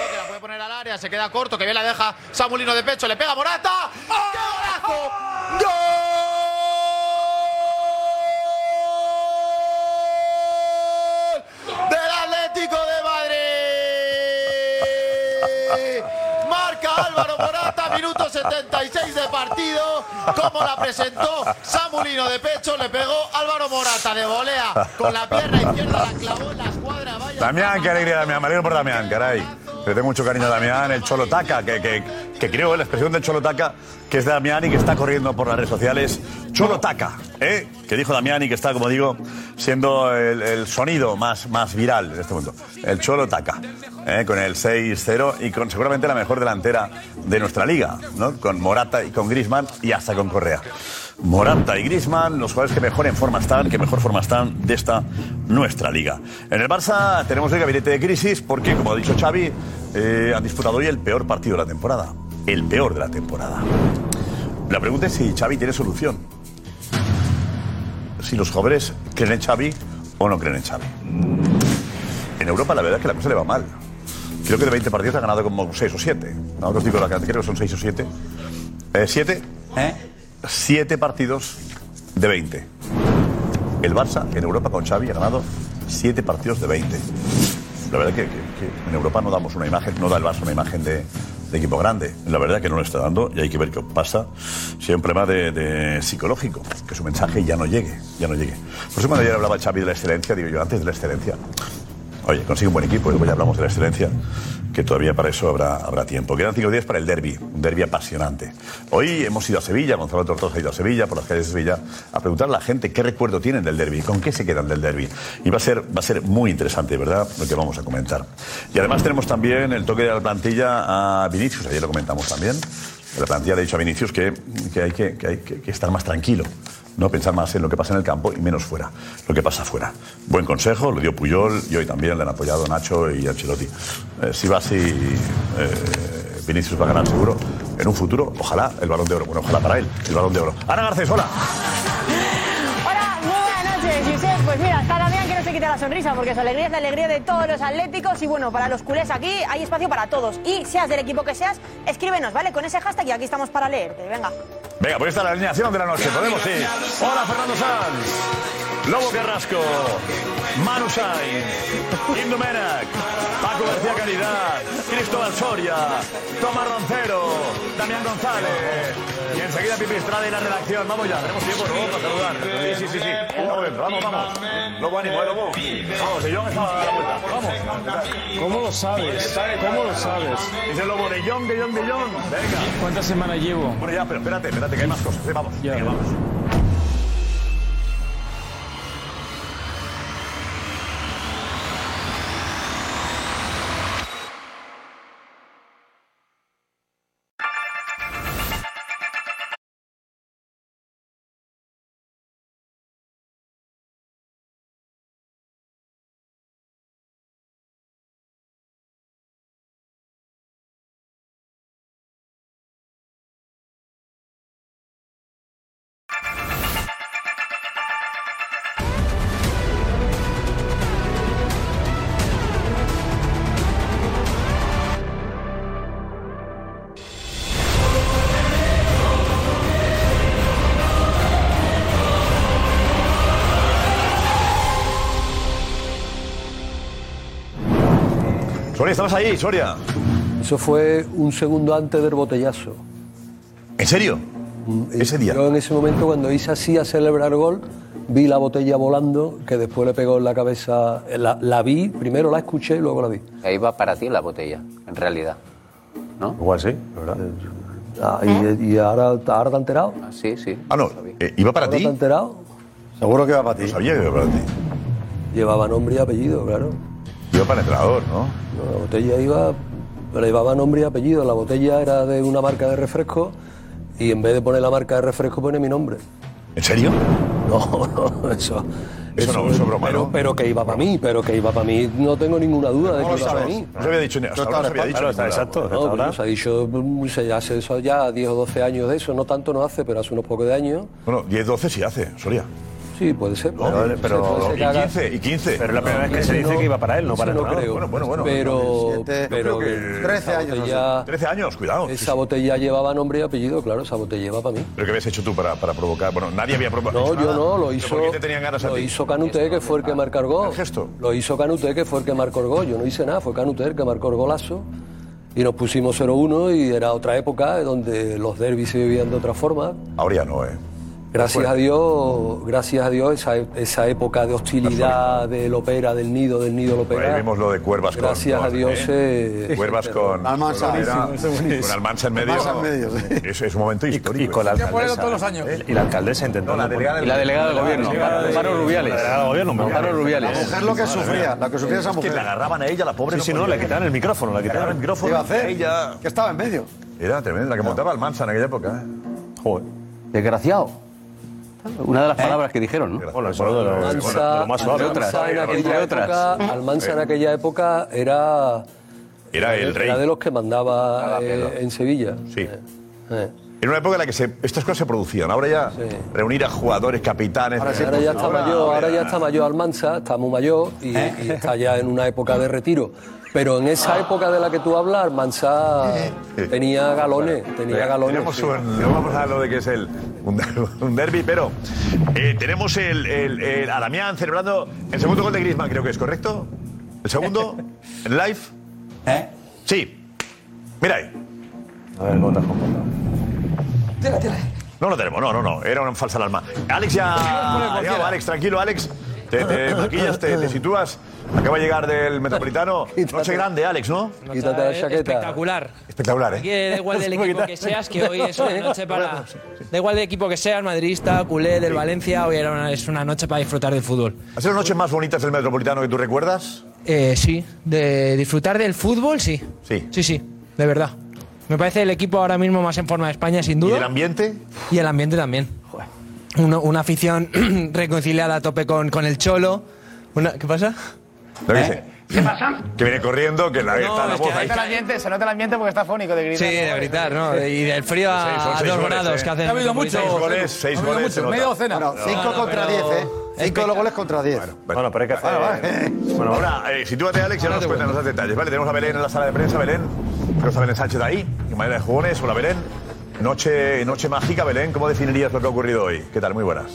Totti la puede poner al área, se queda corto, que bien la deja Samulino de pecho, le pega Morata. ¡Ah! ¡Qué golazo! ¡Gol! ¡Del Atlético de Madrid! Marca Álvaro Morata, minuto 76 de partido. Como la presentó Samulino de pecho, le pegó Álvaro Morata de volea con la pierna izquierda, la clavó en la escuadra. Vaya Damián, qué alegría, Damián. Me alegro por Damián, caray. Le tengo mucho cariño a Damián, el Cholotaca, que, que, que creo, eh, la expresión del Cholotaca, que es Damián y que está corriendo por las redes sociales. Cholotaca, ¿eh? Que dijo Damián y que está, como digo, siendo el, el sonido más, más viral en este momento. El Cholotaca, ¿eh? con el 6-0 y con seguramente la mejor delantera de nuestra liga, ¿no? Con Morata y con Grisman y hasta con Correa. Morata y Grisman, los jugadores que mejor en forma están, que mejor forma están de esta nuestra liga. En el Barça tenemos el gabinete de crisis porque, como ha dicho Xavi, eh, han disputado hoy el peor partido de la temporada. El peor de la temporada. La pregunta es si Xavi tiene solución. Si los jóvenes creen en Xavi o no creen en Xavi. En Europa la verdad es que la cosa le va mal. Creo que de 20 partidos ha ganado como 6 o 7. Ahora os digo la cantidad, creo que son 6 o 7. Eh, 7. 7 partidos de 20. El Barça en Europa con Xavi ha ganado 7 partidos de 20. La verdad que, que- que en Europa no damos una imagen, no da el Barça una imagen de, de equipo grande. La verdad que no lo está dando y hay que ver qué pasa. Si hay un problema de, de psicológico, que su mensaje ya no llegue, ya no llegue. Por eso cuando ayer hablaba Xavi de la excelencia, digo yo, antes de la excelencia, Oye, consigue un buen equipo, después ya hablamos de la excelencia, que todavía para eso habrá, habrá tiempo. Quedan cinco días para el derby, un derby apasionante. Hoy hemos ido a Sevilla, Gonzalo Tortosa ha ido a Sevilla, por las calles de Sevilla, a preguntar a la gente qué recuerdo tienen del derby, con qué se quedan del derby. Y va a ser, va a ser muy interesante, ¿verdad?, lo que vamos a comentar. Y además tenemos también el toque de la plantilla a Vinicius, ayer lo comentamos también. La plantilla le ha dicho a Vinicius que, que hay que, que hay que- que estar más tranquilo. ¿no? Pensar más en lo que pasa en el campo y menos fuera, lo que pasa fuera. Buen consejo, lo dio Puyol y hoy también le han apoyado Nacho y Ancelotti. Eh, si va así, eh, Vinicius va a ganar seguro. En un futuro, ojalá el balón de oro. Bueno, ojalá para él, el balón de oro. Ana Garcés, hola. Hola, muy buenas noches, Josep. Pues mira, está Damián que no se quita la sonrisa porque su alegría es la alegría de todos los atléticos. Y bueno, para los culés aquí hay espacio para todos. Y seas del equipo que seas, escríbenos, ¿vale? Con ese hashtag y aquí estamos para leerte. Venga. Venga, pues esta es la alineación de la noche. Podemos ir. Hola, Fernando Sanz. Lobo Carrasco. Manu Sainz. Indu Menac. Paco García Caridad. Cristóbal Soria. Tomás Roncero. Damián González. Y enseguida Pipi Estrada y la redacción. Vamos ya, tenemos tiempo, ¿no? Para saludar. Sí, sí, sí. sí. Un momento, vamos, vamos. Lobo, ánimo, eh, Lobo. Vamos, de Jong está a la vuelta. Vamos. ¿Cómo lo sabes? ¿Cómo lo sabes? Dice Lobo, de Jong, de Jong, de Jong. Venga. ¿Cuántas semanas llevo? Bueno, ya, pero espérate, espérate, que hay más cosas. eh, Vamos, Ya, venga, ya. vamos. Soria, ¿estabas ahí, Soria? Eso fue un segundo antes del botellazo. Mm, ¿En serio? Ese día. Yo en ese momento, cuando hice así a celebrar gol, vi la botella volando, que después le pegó en la cabeza. eh, La, la vi, primero la escuché y luego la vi. Ahí va para ti la botella, en realidad. Igual sí, la verdad. Ah, y, y ahora, ahora te has enterado. ¿Eh? Sí, sí. Ah, no, eh, iba para ¿Ahora ti. te has enterado? Seguro que va para ti. No sabía que iba para ti. Llevaba nombre y apellido, claro. Iba para el entrenador, ¿no? No, La botella iba, pero llevaba nombre y apellido. La botella era de una marca de refresco y en vez de poner la marca de refresco pone mi nombre. ¿En serio? No, no, eso. Eso no, eso es broma, pero, ¿no? pero que iba para mí, pero que iba para mí, no tengo ninguna duda de que No iba para mí. se había dicho ni hasta ahora no se había dicho Claro, está ninguna. exacto. No, hasta pues ahora. se ha dicho, mm, se hace eso ya 10 o 12 años de eso, no tanto no hace, pero hace unos pocos de años. Bueno, 10, 12 sí hace, Soria. Sí, puede ser. pero- pero- Puede ser Y que haga- 15, y 15. Pero es la primera vez que se dice que iba para él, no para el no entrenador. creo. Bueno, bueno, bueno. Pero, Siete- pero yo creo que esa 13 años, no sé. botella- 13 años, cuidado. Sí, Esa sí. botella llevaba nombre y apellido, claro, esa botella lleva para mí. ¿Pero qué habías hecho tú para, para provocar? Bueno, nadie había provocado. No, hecho yo nada. no, lo ¿Pero hizo. ¿Por qué te tenían ganas a Lo ti? hizo Canute, que fue el que marcó el gol. ¿El gesto? Lo hizo Canute, que fue el que marcó el gol. Yo no hice nada, fue Canute el que marcó el golazo. Y nos pusimos 0-1 y era otra época donde los derbis se vivían de otra forma. Ahora ya no, ¿eh? Gracias a Dios, gracias a Dios, esa, esa época de hostilidad del Opera, del nido, del nido del Opera. Ahí vimos lo de Cuervas con- Gracias con, a Dios. eh, Cuervas con. Almansa. con Olivera, Buenísimo, ese es buenísimo. Con Almansa en medio. Almansa en medio, sí. es, es un momento histórico. Y con la ¿eh? alcaldesa. todos los años. Y la alcaldesa intentó. No, la delegada del- Y la delegada de gobierno, Amparo Amparo Rubiales. La delegada de gobierno, hombre. Amparo La Rubiales. mujer lo que sufría, la que sufría esa Es que mujer. la agarraban a ella, la pobre. Sí, sí, no, podía. le quitaron el micrófono, le quitaron el ¿Qué micrófono. iba a hacer? Ella- Que estaba en medio. Era tremenda, la que montaba Almansa en aquella época. ¿eh? Joder. Desgraciado. Una de las palabras que dijeron, ¿no? ¿Eh? Hola, eso de lo- bueno, de Almansa, lo más suave. Almansa eh, en Entre aquella otras. época- Almansa en aquella época era Era el Era de rey. los que mandaba eh, en Sevilla. Sí. Eh. Era una época en la que se- estas cosas se producían. Ahora pues, ya reunir a jugadores, capitanes. eh, Ahora, ya está mayor, ahora ya está mayor Almansa, está muy mayor y, y está ya en una época de retiro. Pero en esa época de la que tú hablas, Almansa Sí. tenía galones, tenía galones. Tenemos sí. un- no vamos a lo de que es el, un, der- un derbi, pero eh, tenemos el, el- el- a Damián celebrando el segundo gol de Griezmann, creo que es correcto. El segundo, en live. Sí. Mira ahí. A ver, botas con botas. No lo tenemos, no, no, no. Era una falsa alarma. Alex ya. ha llegado, Alex, tranquilo, Alex. Te, te maquillas, te, te sitúas. Acaba de llegar del metropolitano. Noche grande, Alex, ¿no? Quítate la chaqueta. Espectacular. Espectacular, Aquí ¿eh? da igual del equipo que seas, que hoy es una noche para. pues Da igual del equipo que seas, madridista, culé, del Valencia, hoy era una- es una noche para disfrutar del fútbol. ¿Has sido las noches más bonitas del metropolitano que tú recuerdas? Eh, sí, de disfrutar del fútbol, sí. Sí. Sí, sí, de verdad. Me parece el equipo ahora mismo más en forma de España, sin ¿Y duda. el ambiente? Y el ambiente también. Uno- una afición reconciliada a tope con, con el Cholo. Una- ¿Qué pasa? Lo que ¿Eh? dice. ¿Qué pasa? Que viene corriendo, que la, está la es voz que ahí. hay- ambiente, se nota el ambiente porque está fónico de Sí, de gritar, ¿no? Y del frío Sí, son a seis dos goles, grados eh. que hacen. Ha habido mucho. Seis goles, seis Ha habido goles, se mucho, nota. medio docena. Bueno, 5 no, contra pero- 10, ¿eh? 5 los goles contra 10. Bueno, pero hay que hacer. Bueno, ahora, eh, sitúate, Alex, y ahora nos cuentan los detalles. Vale, tenemos a Belén en la sala de prensa. Belén, creo que está Belén Sánchez ahí, en manera de jugones. Hola, Belén. Noche, noche mágica, Belén. ¿Cómo definirías lo que ha ocurrido hoy? ¿Qué tal? Muy buenas.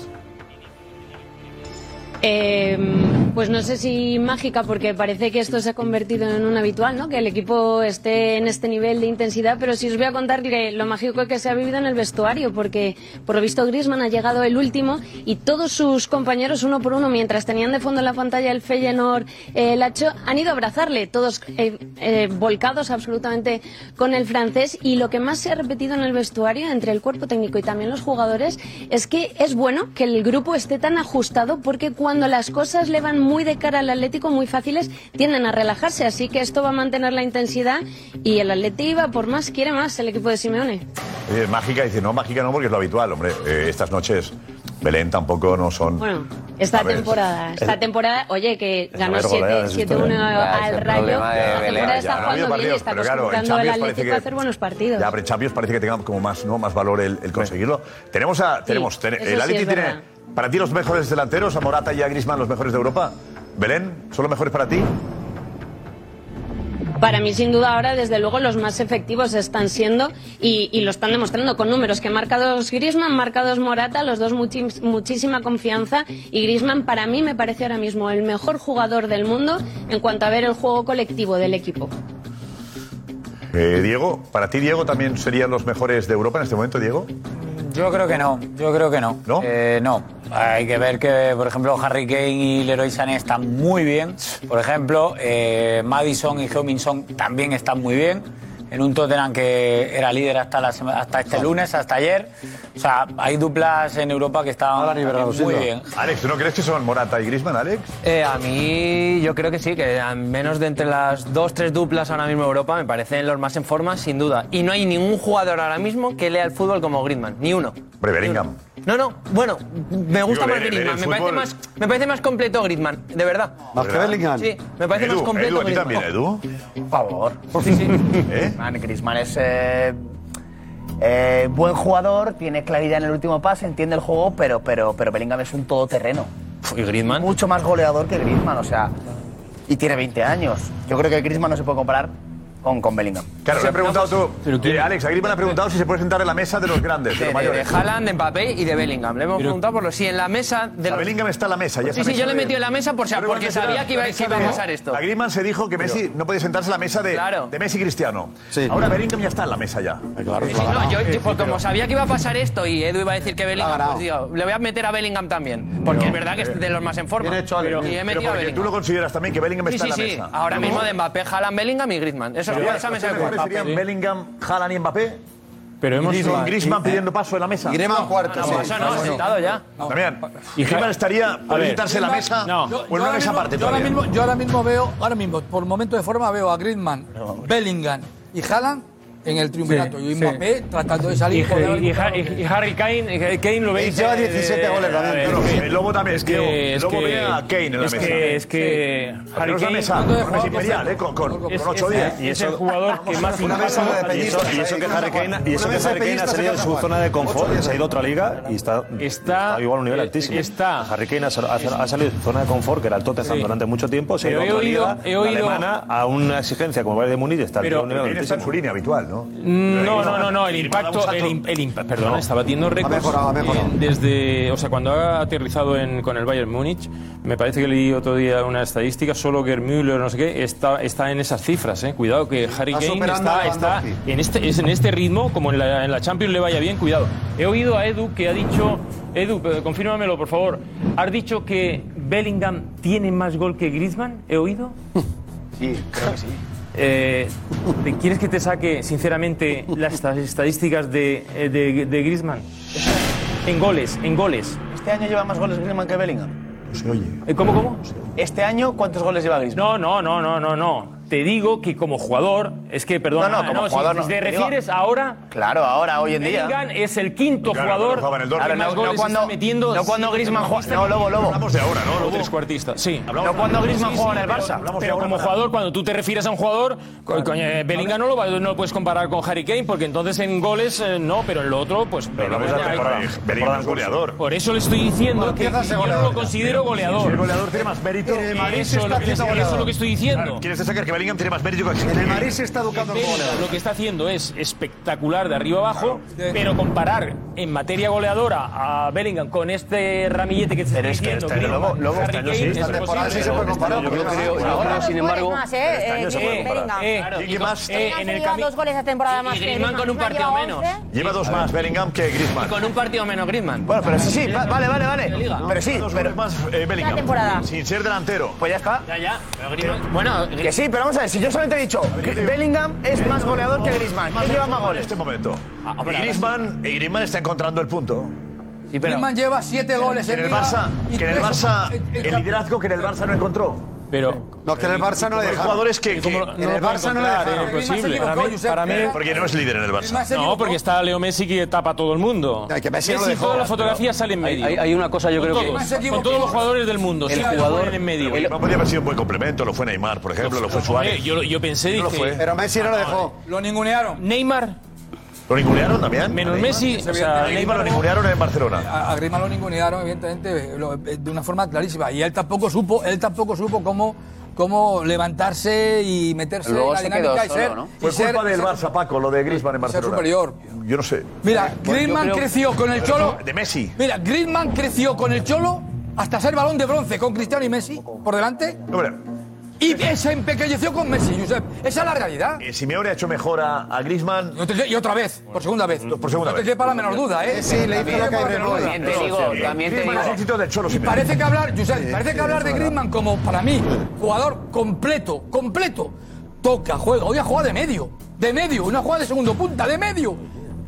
Eh, pues no sé si mágica, porque parece que esto se ha convertido en un habitual, ¿no? Que el equipo esté en este nivel de intensidad, pero sí os voy a contar que lo mágico que se ha vivido en el vestuario, porque por lo visto Griezmann ha llegado el último y todos sus compañeros, uno por uno, mientras tenían de fondo en la pantalla el Feyenoord, eh, el Hacho, han ido a abrazarle, todos eh, eh, volcados absolutamente con el francés. Y lo que más se ha repetido en el vestuario, entre el cuerpo técnico y también los jugadores, es que es bueno que el grupo esté tan ajustado porque cuando las cosas le van muy de cara al Atlético, muy fáciles, tienden a relajarse. Así que esto va a mantener la intensidad y el Atlético va por más, quiere más el equipo de Simeone. Oye, Eh, mágica, dice, no, mágica no, porque es lo habitual, hombre. Eh, estas noches, Belén, tampoco no son... Bueno, esta A ver, temporada, esta temporada, oye, que ganó haber goleadas, 7-1 es Ah, historia. Ya, es al el Rayo. problema de La Belén. temporada Ya, está no ha jugando bien habido y partidos, está pero claro, en acostumbrando al Champions parece Atlético que- a hacer buenos partidos. Ya, pero en Champions parece que tenga como más, ¿no? más valor el, el conseguirlo. Tenemos a. Tenemos, ten- eso el sí Atleti es tiene. verdad. Para ti, los mejores delanteros, a Morata y a Grisman, los mejores de Europa. Belén, ¿son los mejores para ti? Para mí, sin duda, ahora, desde luego, los más efectivos están siendo y, y lo están demostrando con números que marcados Grisman, marcados Morata, los dos muchis- muchísima confianza. Y Grisman, para mí, me parece ahora mismo el mejor jugador del mundo en cuanto a ver el juego colectivo del equipo. Eh, Diego, para ti, Diego, también serían los mejores de Europa en este momento, Diego. Yo creo que no, yo creo que no. ¿No? no. Hay que ver que, por ejemplo, Harry Kane y Leroy Sané están muy bien. Por ejemplo, eh, Madison y Heung-Min-Son también están muy bien. En un Tottenham que era líder hasta, la sema- hasta este lunes, hasta ayer. O sea, hay duplas en Europa que estaban también muy bien. Alex, ¿tú no crees que son Morata y Griezmann, Alex? Eh, a mí yo creo que sí, que al menos de entre las dos, tres duplas ahora mismo de Europa me parecen los más en forma, sin duda. Y no hay ningún jugador ahora mismo que lea el fútbol como Griezmann, ni uno. Hombre, Bellingham. No, no, bueno, me gusta Digo, leer- más leer Griezmann, el me parece fútbol. más, me parece más completo Griezmann, de verdad. ¿Más que Bellingham? Sí, me parece Edu, más completo Edu, a ti Griezmann. también, Edu. Por favor. Griezmann, Griezmann es eh, eh, buen jugador, tiene claridad en el último pase, entiende el juego, pero, pero, pero Bellingham es un todoterreno. ¿Y Griezmann? Mucho más goleador que Griezmann, o sea, y tiene 20 años. Yo creo que Griezmann no se puede comparar con, con Bellingham. Claro, le he preguntado tú. Eh, Alex, a Griezmann le ha preguntado si se puede sentar en la mesa de los grandes, de, los De, mayores. de Haaland, de Mbappé y de Bellingham. Le hemos preguntado por lo sí, en la mesa de los... Bellingham está en la mesa, ya Sí, esa sí, mesa yo le he de- metido en la mesa por, Pero porque igual que sabía será- que iba, que iba a ¿no? pasar esto. A Griezmann se dijo que Messi no podía sentarse en la mesa de, de Messi y Cristiano. Ahora Bellingham ya está en la mesa ya. Eh, Claro, Sí, no, yo, yo, pues, como sabía que iba a pasar esto y Edu iba a decir que Bellingham, pues, digo, le voy a meter a Bellingham también. Porque es verdad que es de los más en forma. y he metido tú a lo Bellingham. consideras también que Bellingham Sí, está sí, en la sí. mesa. Ahora ¿No? mismo de Mbappé, Haaland, Bellingham y Griezmann. Eso Pero, es esa mesa de ¿los cuatro. mejores serían Bellingham, Haaland y Mbappé? Pero hemos- Y con Griezmann y- pidiendo paso en la mesa. Griezmann No, cuarto, no, sí. no, Eso no, sentado ya. También. Y Y Griezmann Ja- estaría A por ver. sentarse en la mesa No. o en una mesa aparte yo ahora todavía. mismo, yo ahora mismo veo, ahora mismo, por momento de forma veo a Griezmann, Bellingham y Haaland en el triunvirato Sí, y sí. Mbappé tratando de Y, salir por y- y Ha- y- y Harry Kane, eh, Kane lo veis. eh, a ver, Pero es que- el Lobo también. Es que es Lobo que- ve a Kane en la es mesa. Que, es que Harry Harry Kane mesa. Una mesa imperial, ¿eh? Con, con, con es- 8 es- días. es el jugador que más Una mesa impacta- de y eso- pellizcos, y eso que ahí, Harry Kane- una y eso que mesa de Harry Kane ha pellizcos, salido de se su llama. zona de Ocho confort, días. se ha ido a otra liga y está, está igual a un nivel altísimo. Harry Kane ha, sal- ha sal- ha salido de su zona de confort, que era el Tottenham Sí. durante mucho tiempo, se ha ido Pero he a otra oído- liga he oído- alemana a una exigencia como el Bayern de Múnich, está Pero- a un nivel Kane está en su línea habitual, ¿no? No, Mm, No, no, no, no, el impacto, el, im- el impa- perdón, está batiendo récords. eh, desde, o sea, cuando ha aterrizado en- con el Bayern Múnich, me parece que leí otro día una estadística, solo que Müller, no sé qué, está, está en esas cifras, eh. Cuidado que Harry Está Kane superando a está, está Lewandowski. en este es en este ritmo, como en la, en la Champions le vaya bien, cuidado. He oído a Edu que ha dicho, Edu, eh, confírmamelo, por favor. ¿Has dicho que Bellingham tiene más gol que Griezmann? ¿He oído? Sí, creo que sí. Eh, ¿te- ¿Quieres que te saque, sinceramente, las esta- estadísticas de, eh, de, de Griezmann? En goles, en goles. Este año lleva más goles Griezmann que Bellingham. Eh, ¿Cómo, cómo? Este año, ¿cuántos goles lleva Griezmann? No, no, no, no, no, no. Te digo que como jugador, es que, perdón, No, no, como si- jugador si, no, te te digo- refieres ahora... Claro, ahora, hoy en día. Bellingham es el quinto Claro, cuando jugador jugaba en el que Dortmund. más Claro, no- goles no cuando- está metiendo... no cuando sin- Griezmann juega- no, Lobo, Lobo. Hablamos de ahora, ¿no, Lobo? Trescuartista, sí. No cuando Griezmann juega en el pero- Barça. Pero, Hablamos de ahora, como ¿no? jugador, cuando tú te refieres a un jugador, co- coño, eh, Bellingham no lo, va- no lo puedes comparar con Harry Kane, porque entonces en goles eh, no, pero en lo otro, pues... Pero hablamos de la temporada. Bellingham es goleador. Por eso le estoy diciendo Bueno, que empieza a ser yo no lo goleador. considero Si goleador. el goleador tiene más mérito. En el Madrid se Eso, está lo que- haciendo eso es goleador. lo que estoy diciendo. Claro, ¿Quieres destacar que este Bellingham tiene más mérito que En el Madrid se está educando Pero Lo que está haciendo es espectacular de arriba abajo, pero comparar en materia goleadora a Bellingham con este ramillete que se está diciendo, este año Griezmann, Lobo- Lobo este Harry año sí, Kane, esta es temporada sí imposible. se puede comparar, Yo porque creo- Yo creo, sin embargo, más, ¿eh? este año se Eh, puede Bellingham. comparar. Eh, Eh, Claro, ¿y qué más? eh, Bellingham en el lleva cami- dos goles esta temporada y más que Griezmann con un partido lleva menos. 11. Lleva dos más Bellingham que Griezmann. Con un partido menos Griezmann. Bueno, pero sí, sí, va- vale, vale, vale. De liga. Pero sí, Dos goles pero... más eh, Una temporada. Bellingham. Sin ser delantero. Pues ya está. Ya, ya. Pero Griezmann- Bueno, Que sí, pero vamos a ver, si yo solamente he dicho, Gri- Bellingham es más goleador que Griezmann. ¿Quién lleva más En goles? este momento. hombre, Y Griezmann, y Griezmann está encontrando el punto. Griezmann lleva siete goles Que en el Liga Barça, y que en el tres- Barça, el liderazgo que en el Barça no encontró. Pero No, que en el Barça no le dejaron. jugadores que, que- no lo pueden encontrar, es imposible. Para mí- para mí- ¿eh? Porque no es líder en el Barça. No, porque está Leo Messi que tapa a todo el mundo. que Messi no lo dejó, todas las pero- fotografías salen en Hay- medio. hay- hay una cosa, yo Con creo que- todos, Messi equivocó. Con todos los jugadores del mundo. El siempre jugador- ponen en medio. Eh, No podría haber sido un buen complemento. Lo fue Neymar, por ejemplo, lo fue Suárez. Yo, yo pensé, No lo dije- fue. Pero Messi no lo dejó. Lo ningunearon. Neymar. ¿Lo ningunearon también? Menos ¿A Messi, Neymar? o sea, ¿A Neymar lo Neymar- ningunearon en Barcelona. A, a Griezmann lo ningunearon, evidentemente, lo- eh, de una forma clarísima. Y él tampoco supo, él tampoco supo cómo, cómo levantarse y meterse en Luego la se dinámica quedó y solo, ser. ¿no? y Fue ser- culpa del ser- Barça, Paco, lo de Griezmann ser en Barcelona. superior. Yo no sé. Mira, Griezmann yo creo- creció con el Pero Cholo. fue de Messi. Mira, Griezmann creció con el Cholo hasta ser balón de bronce con Cristiano y Messi por delante. Hombre, Y se empequeñeció con Messi, Josep. Esa es la realidad. Eh, Simeone ha hecho mejor a, a Griezmann. Y otra vez, por segunda vez. Por segunda No vez. te quepa la menor duda, ¿eh? Sí, le hizo También. la que hay de Roy. También te digo, también te digo. del Cholo Y Simeone. parece que hablar, Josep, Sí, parece sí, que hablar es de verdad. Griezmann como, para mí, jugador completo, completo. Toca, juega. Hoy ha jugado de medio. De medio. Una jugada de segundo punta, de medio.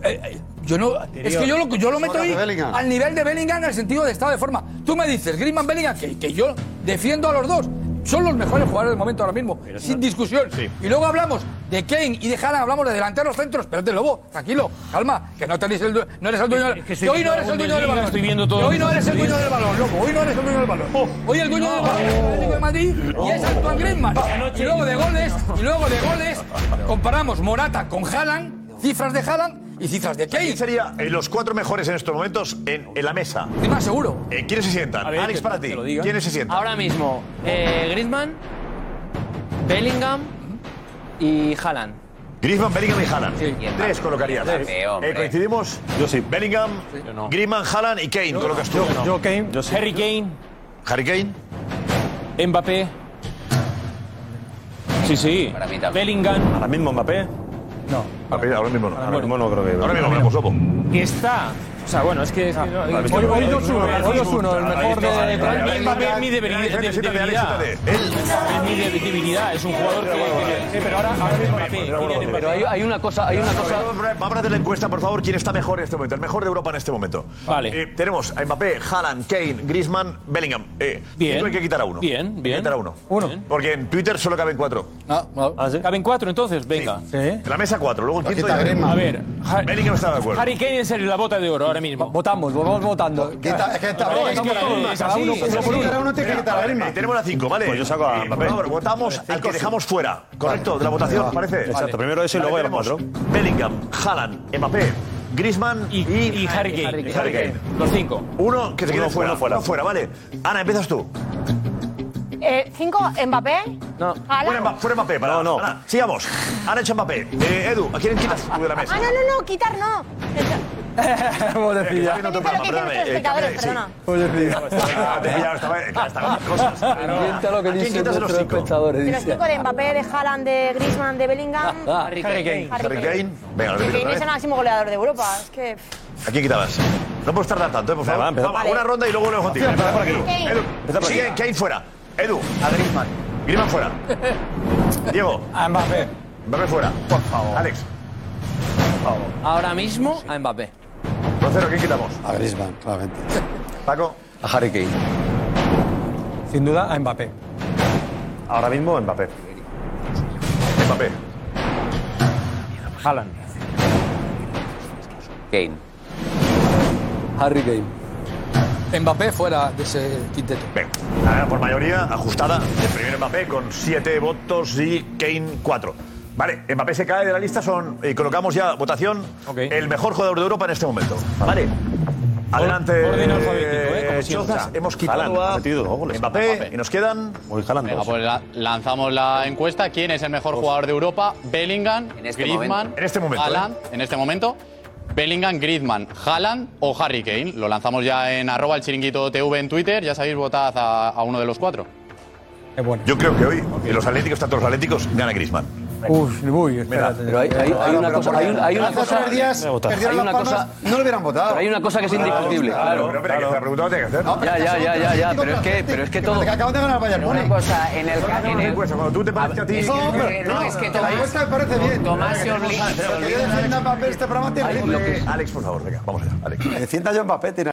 Eh, eh, yo no, es que yo lo, yo lo meto ahí Horas de Bellingham. al nivel de Bellingham en el sentido de estado de forma. Tú me dices, Griezmann, Bellingham, que, que yo defiendo a los dos. Son los mejores jugadores del momento ahora mismo, sin discusión. Y luego hablamos de Kane y de Haaland, hablamos de delanteros centros. Espérate, Lobo, tranquilo, calma, que no, tenéis el due- no eres el dueño, del- estoy que hoy no viendo eres la el dueño del Bundesliga, balón. estoy viendo todo. Que hoy no eres el dueño del balón, Lobo, hoy no eres el dueño del balón. Hoy el dueño del balón es el Atlético de Madrid y es Antoine Griezmann. Y luego de goles, y luego de goles, comparamos Morata con Haaland, cifras de Haaland y cifras de Kane. sería eh, los cuatro mejores en estos momentos en, en la mesa? más seguro. Eh, ¿Quiénes se sientan? A ver, Alex, que- para ti. que lo diga. ¿Quiénes se sientan? Ahora mismo, eh, Griezmann, Bellingham y Haaland. Griezmann, Bellingham y Haaland. Tres colocarías. Sí, hombre. Eh, ¿Coincidimos? Yo sí. Bellingham, Griezmann, Haaland y Kane. colocas tú. Yo, yo Kane. Harry Kane. Harry Kane. Mbappé. Sí, sí. Bellingham. Ahora mismo Mbappé. No. ahora mismo no. Ahora mismo no creo que. Ahora mismo hablamos, Lobo. pues, Que está. O sea, bueno, es que. es que no- Ah, Ahora mismo Hoy- no. hoy 2-1, Ahora hoy mismo 2-1, el no. mejor de. Ahora mismo no. para mí Ahora Mbappé mismo es mi no. debilidad. Ahora mismo de- no. debilidad. Ahora Es mi de- debilidad. Es un jugador que. que- Pero ahora ahora mismo Mbappé. Pero hay, una cosa, hay una cosa. Vamos a hacer la encuesta, por favor, quién está mejor en este momento, el mejor de Europa en este momento. Vale. tenemos a Mbappé, Haaland, Kane, Griezmann, Bellingham. Eh, Bien. cinco hay que quitar a uno. Bien, Hay que bien. quitar a uno. Uno. Porque en Twitter solo caben cuatro. Ah, Caben cuatro, entonces, venga. En la mesa cuatro, luego el quinto. ya veremos. A ver, Har- Bellingham está de acuerdo. Harry Kane es el- la bota de oro ahora mismo. Votamos, vamos votando. es que está- votamos cada uno, cada uno, cada uno tiene que Mira, quitar a a ver, Griezmann. eh, Tenemos la cinco, ¿vale? Pues yo saco a Eh, Mbappé. Por favor, votamos al que dejamos fuera. Correcto, de la votación, ¿os parece? Exacto, primero eso y luego Vale, los tenemos Bellingham, Haaland, Mbappé, Griezmann y, y Harry Kane. Harry Kane. Los cinco. Uno que se Uno fuera, quede fuera, fuera. uno fuera, vale. Ana, empiezas tú. Eh, cinco, Mbappé. No. Fuera, Haaland. Mba- fuera Mbappé, para. No, no. Ana, sigamos. Ana echa Mbappé. Eh, Edu, ¿a quién quitas tú de la mesa? Ah, no, no, no, quitar no. Está viendo otro programa, que perdóname. quieren los Eh, espectadores, cámbiale, sí. perdona. Ah, te he pillado, estaba- estaba en cosas. Miente lo que ¿A quién dicen quitas de los nuestros cinco? espectadores. De los eh, Dice. cinco de este Mbappé, de Haaland, de Griezmann, de Bellingham. Harry Kane. Harry Kane. Venga, lo Que repito otra Kane es vez. el máximo goleador de Europa. Es que. pff, ¿A quién quitabas? No puedes tardar tanto, ¿eh? por favor. empezamos. Vamos, una ronda y luego lo contigo. Empezamos por aquí. Edu, Kane. Edu, por aquí. sigue Kane fuera. Edu, a Griezmann. Griezmann fuera. Diego. A Mbappé. Mbappé fuera. Por favor. Alex. Ahora mismo, a Mbappé. Rocero, ¿quién quitamos? A Griezmann, claramente. Paco. A Harry Kane. Sin duda a Mbappé. Ahora mismo Mbappé. Mbappé. Haaland. Kane. Harry Kane. Mbappé fuera de ese quinteto. Ahora, por mayoría ajustada, el primer Mbappé con 7 votos y Kane 4. Vale, Mbappé se cae de la lista, son, y colocamos ya votación el mejor jugador de Europa en este momento. Vale. Adelante. orden alfabético, ¿eh? Como eh, siempre. Chozas. Hemos quitado Haaland, a ha metido dos goles. Mbappé y nos quedan Voy jalando. Venga, pues la- lanzamos la encuesta. ¿Quién es el mejor jugador de Europa? Bellingham, este Griezmann, momento. En este momento, Haaland, en este momento. Bellingham, Griezmann, Haaland o Harry Kane. Lo lanzamos ya en arroba el chiringuito TV en Twitter. Ya sabéis, votad a, a uno de los cuatro. Yo creo que hoy en los Atléticos, tanto los Atléticos, gana Griezmann. Uf, uy, espérate. Pero hay- hay- hay una cosa- hay un- hay una cosa- Me votan. hay una cosa, no lo hubieran votado. pero hay una cosa que es indiscutible. Claro, Pero, espera, que la pregunta no tiene que hacer. Ya, ya, ya, ya, ya, pero es que, pero es que todo. Acaban de ganar Bayern Múnich. cosa, en el en el- Cuando tú te parece a ti. No, hombre, no, la encuesta me parece bien. Tomás Pero que yo defienda a Mbappé este programa tiene Eh, Alex, por favor, venga, vamos allá. Alex. Que defienda yo a Mbappé tiene-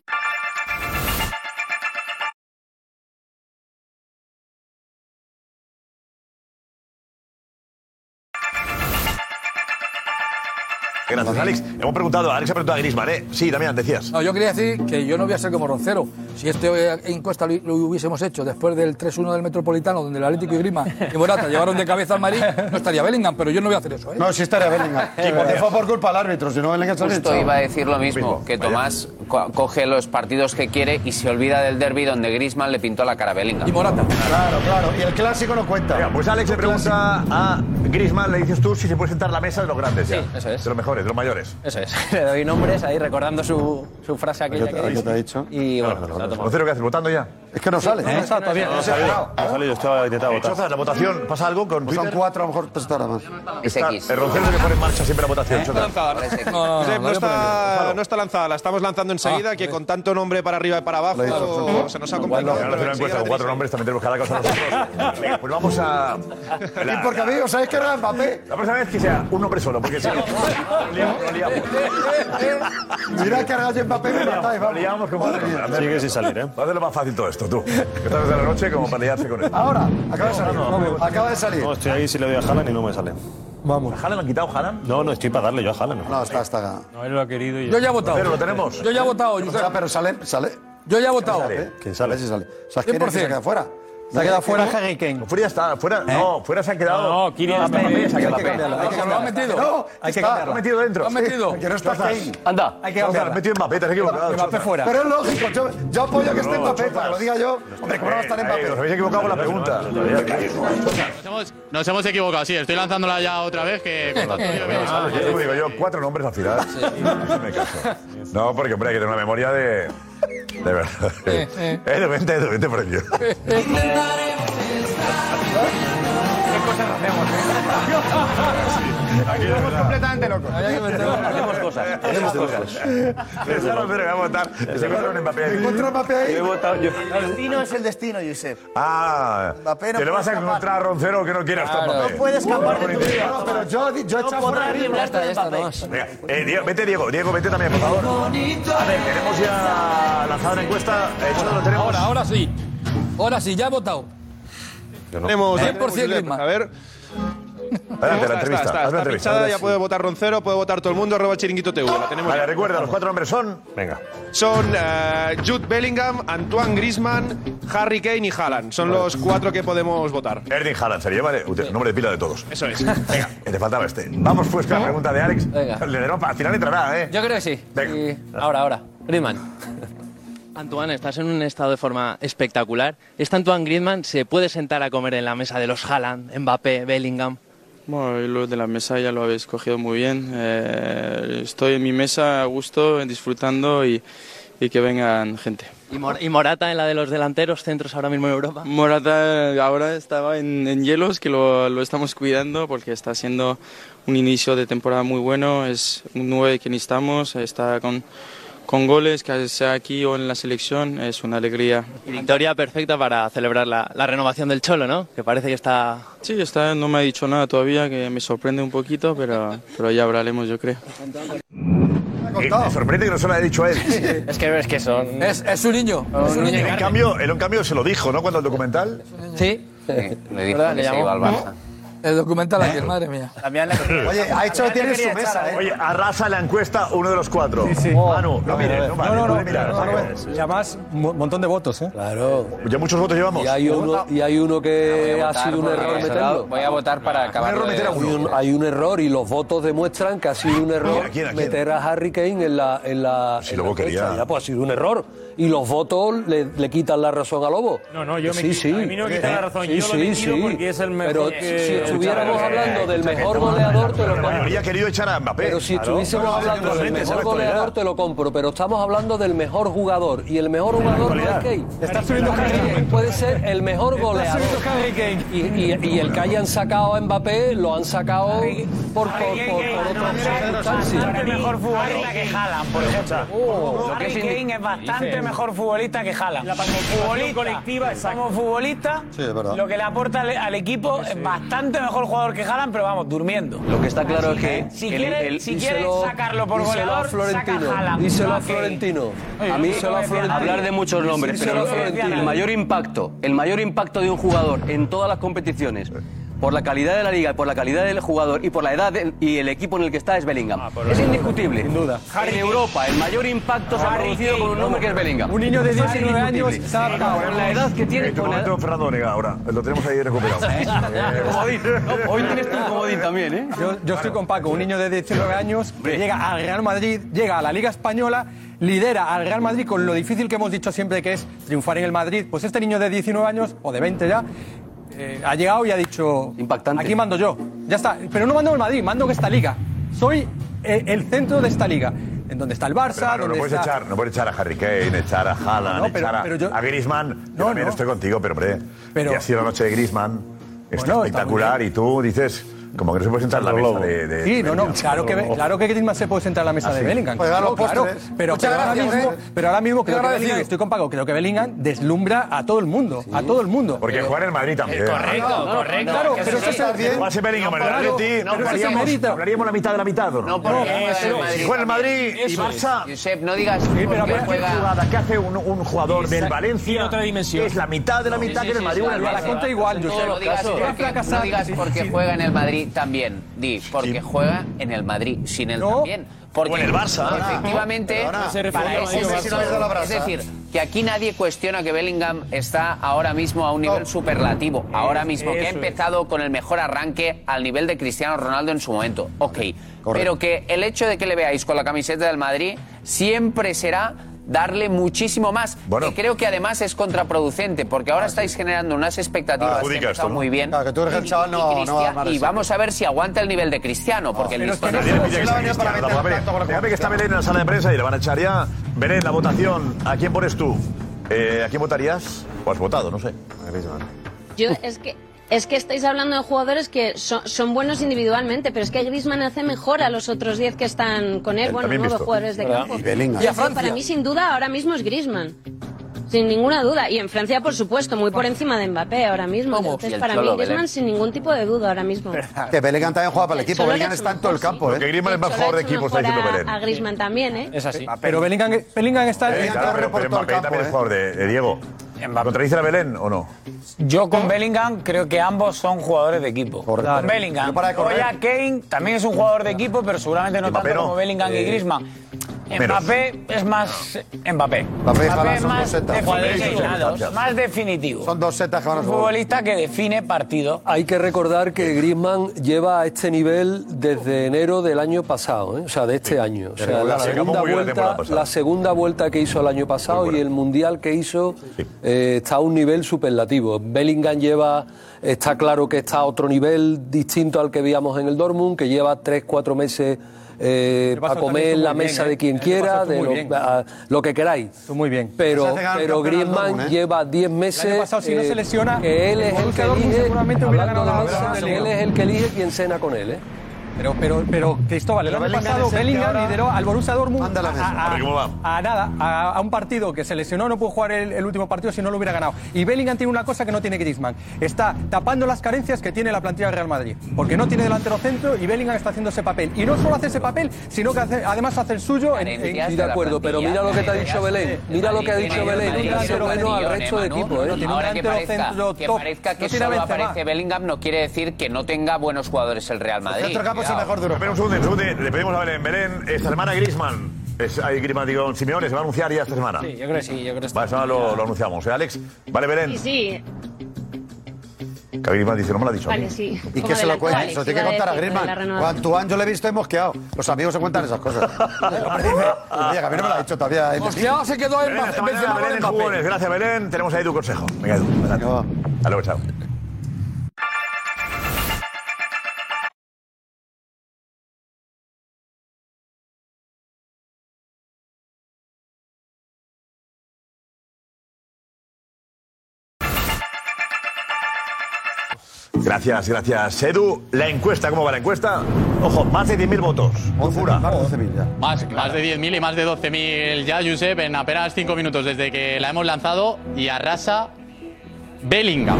Gracias, Alex. Hemos preguntado, Alex ha preguntado a Griezmann, ¿eh? Sí, también decías. No, yo quería decir que yo no voy a ser como Roncero. Si esta encuesta lo, lo hubiésemos hecho después del 3-1 del Metropolitano, donde el Atlético y Grima y Morata llevaron de cabeza al Madrid, no estaría Bellingham, pero yo no voy a hacer eso. ¿eh? No, sí estaría Bellingham. Porque fue por culpa del árbitro, si no Bellingham se Justo iba a decir lo mismo, que Tomás co- coge los partidos que quiere y se olvida del derby donde Griezmann le pintó la cara a Bellingham. Y Morata. Claro, claro. Y el clásico no cuenta. Venga, pues Alex le pregunta a Griezmann, le dices tú si se puede sentar a la mesa de los grandes ya. Sí, eso es. De los mejores, de los mayores. Eso es. Le doy nombres ahí recordando su, su frase aquella Yo te- que yo te he dicho. Y bueno, pues Rocero, ¿qué haces? ¿Votando ya? Es que no sale. No está todavía. No No ha ha salido. salido. No ha salido, yo estaba intentando votar. Chozas, la votación, ¿pasa algo con Son Twitter? cuatro, a lo mejor pues, estará más. Está- el Rocero es el que pone en marcha siempre la votación, No está lanzada. Chozas. Josep, No, no, no, No no, Ah, eh. está- no está lanzada, la estamos lanzando enseguida, que con tanto nombre para arriba y para abajo se nos ha complicado. Vamos a hacer una encuesta con cuatro nombres, también tenemos cada cosa nosotros. Venga, pues vamos a... Y porque a mí, ¿os sabéis que era Mbappé? La próxima vez que sea un hombre solo, porque si no... Mira que ahora yo Mbappé me matáis, vamos. Sigue sin salir, ¿eh? Va a hacerlo más fácil todo esto, tú. Esta vez de la noche como para liarse con él. Ahora, acaba de salir. Acaba de salir. No, estoy ahí si le doy a Haaland y no me sale. Vamos. ¿Haaland han quitado Haaland? No, no, estoy para darle yo a Haaland. No, está, está. No, él lo ha querido y Yo ya he votado. Pero lo tenemos. Yo ya he votado. pero sale, sale. Yo ya he votado. ¿Quién sale? Si sale. O sea, ¿quién es que 100%. se queda fuera? Se ha quedado fuera Harry Kane. Fuera está, fuera. No, fuera se han quedado. No, Kylian Mbappé, Mbappé, se ha quedado hay que Mbappé. cambiarlo, hay que No, cambiarlo. lo han metido. No, hay que está, cambiarlo. Lo han metido dentro. lo han metido. Sí, que no está Kane. Anda, hay que Chozas, cambiarla. Lo han metido Mbappé, te has equivocado. Mbappé Chozas. fuera. Pero es lógico, yo, yo apoyo que esté No, Mbappé, Chozas. para que lo diga yo. Hombre, ¿cómo no va a estar Eh, Mbappé? Os habéis equivocado con la pregunta. Nos hemos, nos hemos equivocado, sí, estoy lanzándola ya otra vez que con tanto lío que- Ah, yo te digo yo, cuatro nombres al final. No me caso. No, porque hombre, hay que tener una memoria de. De verdad. Eh, de 20, de 20 premios. Aquí estamos completamente locos. Hacemos cosas. Hacemos cosas. Esa no se le va a votar. Se encuentra un Mbappé. Encuentro a Mbappé ahí. El destino es el destino, Josep. Ah, Mbappé no te puede lo vas a escapar. encontrar a Roncero que no quieras tú, No Mbappé. puede escapar de tu vida. No, pero yo, yo he No echado podrá fuera a Griezmann. librarte de Mbappé. Venga, eh, Diego, vete Diego, Diego, vete también, por favor. A ver, tenemos ya lanzada una encuesta. Eh, Cholo, lo tenemos. Ahora, ahora sí. Ahora sí, ya he votado. Tenemos, Eh, ya tenemos por cien, Julieta. Griezmann. A ver. Adelante, la Está, Está, entrevista. Haz la está, está entrevista. pinchada, Ahora ya sí. puede votar Roncero, puede votar todo el mundo, arroba chiringuito TV. La tenemos Vale, ya. recuerda, los cuatro nombres son. Venga. Son eh, Jude Bellingham, Antoine Griezmann, Harry Kane y Haaland. Son los cuatro que podemos votar. Erling Haaland se lleva el ut- nombre de pila de todos. Eso es. Venga, que te faltaba este. Vamos pues con la pregunta de Alex. Venga. Le daremos- al final entrará, ¿eh? Yo creo que sí. Venga. Ahora, ahora. Griezmann. Antoine, estás en un estado de forma espectacular. ¿Este Antoine Griezmann se puede sentar a comer en la mesa de los Haaland, Mbappé, Bellingham? Bueno, hoy lo de la mesa ya lo habéis cogido muy bien. Eh, estoy en mi mesa a gusto, disfrutando y, y que vengan gente. ¿Y, Mor- y Morata en la de los delanteros, centros ahora mismo en Europa? Morata eh, ahora estaba en, en hielos, que lo, lo estamos cuidando porque está haciendo un inicio de temporada muy bueno. Es un 9 que necesitamos, está con, con goles, que sea aquí o en la selección. Es una alegría Y victoria perfecta para celebrar la, la renovación del Cholo, ¿no? Que parece que está... Sí, está, no me ha dicho nada todavía, que me sorprende un poquito, pero, pero ya hablaremos, yo creo. Eh, Me sorprende que no se lo haya dicho a él. Es que es que son... Es, es un niño. Es un niño. En cambio, él en cambio se lo dijo, ¿no? Cuando el documental. Sí. Le dijo ¿Verdad? que Le se llamó. iba al Barça. El documental ¿Eh? ayer, madre mía. Oye, ha hecho, tiene su mesa, ¿eh? Oye, arrasa la encuesta uno de los cuatro. Manu, no mires, no, No, no, no. mirar. no, no. Y además, un montón de votos, ¿eh? Claro. Ya muchos votos llevamos. Y hay uno, y hay uno que voy ha a votar sido un por error Cristiano. meterlo. Voy a votar para acabar. lo de- Hay un, hay un error y los votos demuestran que ha sido un error ¿A quién, a quién? meter a Harry Kane en la. En la Si en Lobo la fecha. quería. Ya, pues ha sido un error. Y los votos le, le quitan la razón a Lobo. Eh, No, no, yo me sí, qui- sí. a mí no me quita la razón, yo lo decido porque es el mejor Pero que- Eh, si estuviéramos Escucha, hablando del escucha, mejor que toma- goleador, te lo Pero compro. habría querido echar a Mbappé. Pero si Claro. estuviésemos Pero hablando del realmente, mejor esa es la actualidad. goleador, te lo compro. Pero estamos hablando del mejor jugador. Y el mejor jugador no es Kane. Kane Puede ser el mejor goleador. Y, y- y el que hayan sacado a Mbappé, lo han sacado por, por, por- por otras circunstancias. mejor futbolista que Haaland, por ejemplo. Harry Kane es bastante mejor futbolista que Haaland. La futbolista colectiva, somos futbolistas. Sí, es verdad. Lo que le aporta al, al equipo es bastante mejor jugador que Haaland, pero vamos, durmiendo. Lo que está claro es que Si el- quiere, el- si quiere díselo- sacarlo por díselo goleador, a Florentino, saca Haaland. díselo no a Kane. Florentino. Oye, A mí- yo no decía nada. hablar de muchos nombres, Díselo pero a Florentino. el mayor impacto, el mayor impacto de un jugador en todas las competiciones, por la calidad de la liga, por la calidad del jugador y por la edad de- y el equipo en el que está es Bellingham. Ah, es indiscutible. Sin duda. en Europa el mayor impacto se ha producido con un hombre que es Bellingham. Un niño de Es 19 años indiscutible. está apagado. con la edad que tiene En tu con la edad- momento, Fernando Onega, ahora. Lo tenemos ahí recuperado. Comodín. No, hoy tienes tu comodín también, ¿eh? Yo, yo estoy con Paco, un niño de 19 años que llega al Real Madrid, llega a la Liga Española, lidera al Real Madrid con lo difícil que hemos dicho siempre que es triunfar en el Madrid. Pues este niño de 19 años, o de 20 ya, eh, ha llegado y ha dicho... Impactante. Aquí mando yo. Ya está. Pero no mando el Madrid, mando esta liga. Soy eh, el centro de esta liga. en donde está el Barça, Pero, Manu, no donde puedes está... echar, no puedes echar a Harry Kane, echar a Haaland, No, pero- echar a, pero yo- a Griezmann. No, también estoy contigo, pero hombre, Pero- y ha sido la noche de Griezmann, está Bueno, está espectacular y tú dices como que no se puede sentar en la Sandro mesa de, de- sí, de no, no, Bellingham. claro que, claro que Griezmann se puede sentar a la mesa Ah, de sí. Bellingham. Puede dar claro, los claro, postres. pero, Muchas pero ahora gracias, mismo, eh. pero ahora mismo Qué creo que agradecido. Bellingham, estoy con Paco, creo que Bellingham deslumbra a todo el mundo, a todo el mundo. Porque jugar en el Madrid también. correcto, No, no, no, correcto. Claro, Que pero sí, eso está también. bien. Pase Bellingham en el No, claro, Atleti, no, no, pero eso se hablaríamos- merita. hablaríamos la mitad de la mitad. No, no porque juega en el Si Madrid juega en el Madrid también. y Eso es. Barça... Josep, no digas Sí, pero por qué ¿qué juega- jugada que hace un, un jugador del Exacto. Valencia? Tiene otra dimensión. Es la mitad de la Sí, mitad sí, que en el sí, Madrid. sí, o en el sí, Barça. sí, sí. No digas porque, no digas porque juega en el Madrid también. Di, porque juega en el Madrid, sin el también. Porque O en el Barça. Efectivamente, Perdona. para Perdona, eso Messi no es- ha besado la es brasa. decir, que aquí nadie cuestiona que Bellingham está ahora mismo a un nivel superlativo. Ahora mismo, que ha eso es. empezado con el mejor arranque al nivel de Cristiano Ronaldo en su momento. Ok. Pero que el hecho de que le veáis con la camiseta del Madrid siempre será darle muchísimo más. que creo que además es contraproducente, porque ahora estáis generando unas expectativas que han Adjudica esto, empezado ¿no? muy bien. Claro, que tú eres el chaval, Y- y no- no va a Cristiano- armar y eso. vamos a ver si aguanta el nivel de Cristiano, porque el listón Nadie le pide Ah, que sea Cristiano, la vamos a ver. Déjame que está Belén en la sala de prensa y le van a echar ya. Belén, la votación. ¿A quién pones tú? Eh, ¿A quién votarías? O has votado, no sé. Yo es que es que estáis hablando de jugadores que son, son buenos individualmente, pero es que Griezmann hace mejor a los otros 10 que están con él, Él bueno, también nuevos visto. jugadores de ¿Verdad? campo. Y Bellingham. Yo Y a Francia. Para mí sin duda ahora mismo es Griezmann. Sin ninguna duda y en Francia por supuesto, muy por encima de Mbappé ahora mismo. Y Entonces el para mí Cholo, Griezmann Belén. sin ningún tipo de duda ahora mismo. Que Bellingham también juega para el equipo. Solo Bellingham que es está en todo el campo. ¿eh? Que Griezmann es más Solo jugador ha de hecho equipo, está mejor diciendo a- Belén. A Griezmann también, ¿eh? Es así. Pero Bellingham, Bellingham está... Eh, claro, pero pero Mbappé también es jugador de, de Diego. ¿Contradice la Belén o no? Yo con Bellingham creo que ambos son jugadores de equipo. Con Bellingham. Yo para de correr. Oye, a Kane también es un jugador de equipo, pero seguramente no Mbappé tanto no. como Bellingham y Eh, Griezmann. menos. Mbappé es más Mbappé. Mbappé y Haaland es son más dos setas. definitivo. Más definitivo. Son dos setas que van a Un jugar. futbolista que define partido. Hay que recordar que Griezmann lleva a este nivel desde enero del año pasado, ¿eh? o sea, de este año. O Se sea, la acabó segunda, muy bien la temporada vuelta, pasada. la segunda vuelta que hizo el año pasado y el mundial que hizo eh, está a un nivel superlativo. Bellingham lleva, está claro que está a otro nivel distinto al que veíamos en el Dortmund, que lleva tres, cuatro meses eh, pasado a comer en también estuvo la muy mesa bien, ¿eh? de quien El año quiera, pasado estuvo de muy lo, bien. a- lo que queráis. Muy bien. Pero, Se hace ganar pero campeón al Griezmann Dortmund, ¿eh? lleva 10 meses. eh, El año pasado, si no se lesiona, que él el es el Borussia que Dortmund elige. seguramente hubiera hablando ganado de la Messi, Champions. él es el que elige quién cena con él, ¿eh? Pero, pero, pero Cristóbal, el Pero año Bellingham pasado es el que Bellingham ahora lideró al Borussia Dortmund a, a- A ver, ¿cómo va? a nada, a, a un partido que se lesionó, no pudo jugar el, el último partido si no lo hubiera ganado. Y Bellingham tiene una cosa que no tiene Griezmann, está tapando las carencias que tiene la plantilla del Real Madrid, porque no tiene delantero centro y Bellingham está haciendo ese papel. Y no solo hace ese papel, sino que hace- además hace el suyo. En, en- Sí, de acuerdo, pero mira lo que te ha dicho Belén. Mira lo que ha dicho Belén. Madrid Mira tiene lo bueno un al plantillón, resto de ¿eh, Manu? equipo, ¿eh? Ahora que parezca que, top. parezca que No tiene a solo Benzema. aparece Bellingham no quiere decir que no tenga buenos jugadores el Real Madrid. Cuidado. Espera un segundo, un segundo. Le pedimos a Belén. Belén, esta semana Griezmann. Es, ahí Griezmann, digo, Simeone se va a anunciar ya esta semana. Sí, yo creo que sí, yo creo que sí. Va, esta semana lo, lo anunciamos, ¿eh, Alex? Vale, Sí, Belén. sí, Que Griezmann dice, no me lo ha dicho. a mí. vale, sí. Y Como que se lo adelantó cuente. Alex, Eso tiene iba que a contar a decir, lo de la Griezmann. renovación. Cuanto año le he visto y mosqueado. Los amigos se cuentan esas cosas. Oye, que a mí no me lo ha dicho todavía. Mosqueado se quedó en Belén, hasta mañana, Belén, en jugones. Gracias, Belén. Tenemos ahí tu consejo. Venga, Edu, adelante. Hasta luego, chao. Gracias, gracias. Edu, la encuesta, ¿cómo va la encuesta? Ojo, más de 10.000 votos. Locura. Más, más de 10.000 y más de 12.000 ya, Josep, en apenas 5 minutos desde que la hemos lanzado y arrasa Bellingham.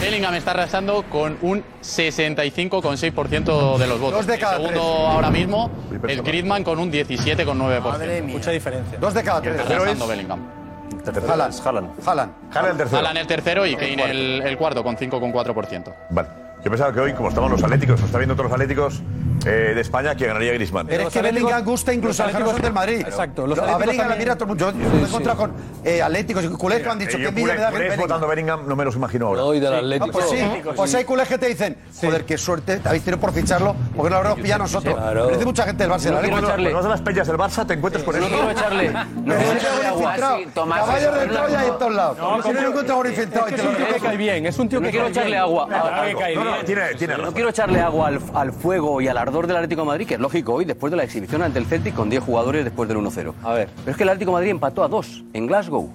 Bellingham está arrasando con un 65,6% de los votos. Dos de cada el segundo tres. ahora mismo, el Griezmann con un 17,9%. Mucha diferencia. Dos de cada Y el tres. tercero es Bellingham. Haaland. Haaland. Haaland el tercero. Haaland el tercero y Kane el, el cuarto con 5,4%. Vale. Yo pensaba que hoy, como estaban los atléticos, lo está viendo todos los atléticos eh, de España, que ganaría Griezmann. Pero es que Bellingham gusta incluso a los que no son del Madrid. Exacto, los Los a atléticos Bellingham le también- mira a todo el mundo. Yo me he encontrado con eh, atléticos y culés que han dicho Eh, que yo envidia culé- me da culés Bellingham. votando Bellingham, no me los imagino ahora. No, y del Sí. Atlético. Ah, pues sí. Atlético, Pues sí. hay culés que te dicen, joder, qué suerte habéis tenido por ficharlo, porque no lo habremos pillado nosotros. Claro. Pero dice mucha gente del Barça. No del quiero Atlético. echarle. Cuando vas a las pellas del Barça, te encuentras con No eso. quiero echarle. No quiero echarle agua. Infiltrado. Sí, Tomás, Caballo eso, de no, Troya no. y en todos lados. No, Si no ¿cómo? encuentras un infiltrado, Es que te es lo un tío que dejo. cae bien, es un tío No que quiero cae echarle bien. agua. Claro, Algo. cae No, no, bien. tiene- tiene razón. echarle agua al, al fuego y al ardor del Atlético de Madrid, que es lógico hoy, después de la exhibición ante el Celtic con 10 jugadores después del 1-0. A ver. Pero es que el Atlético de Madrid empató a 2 en Glasgow.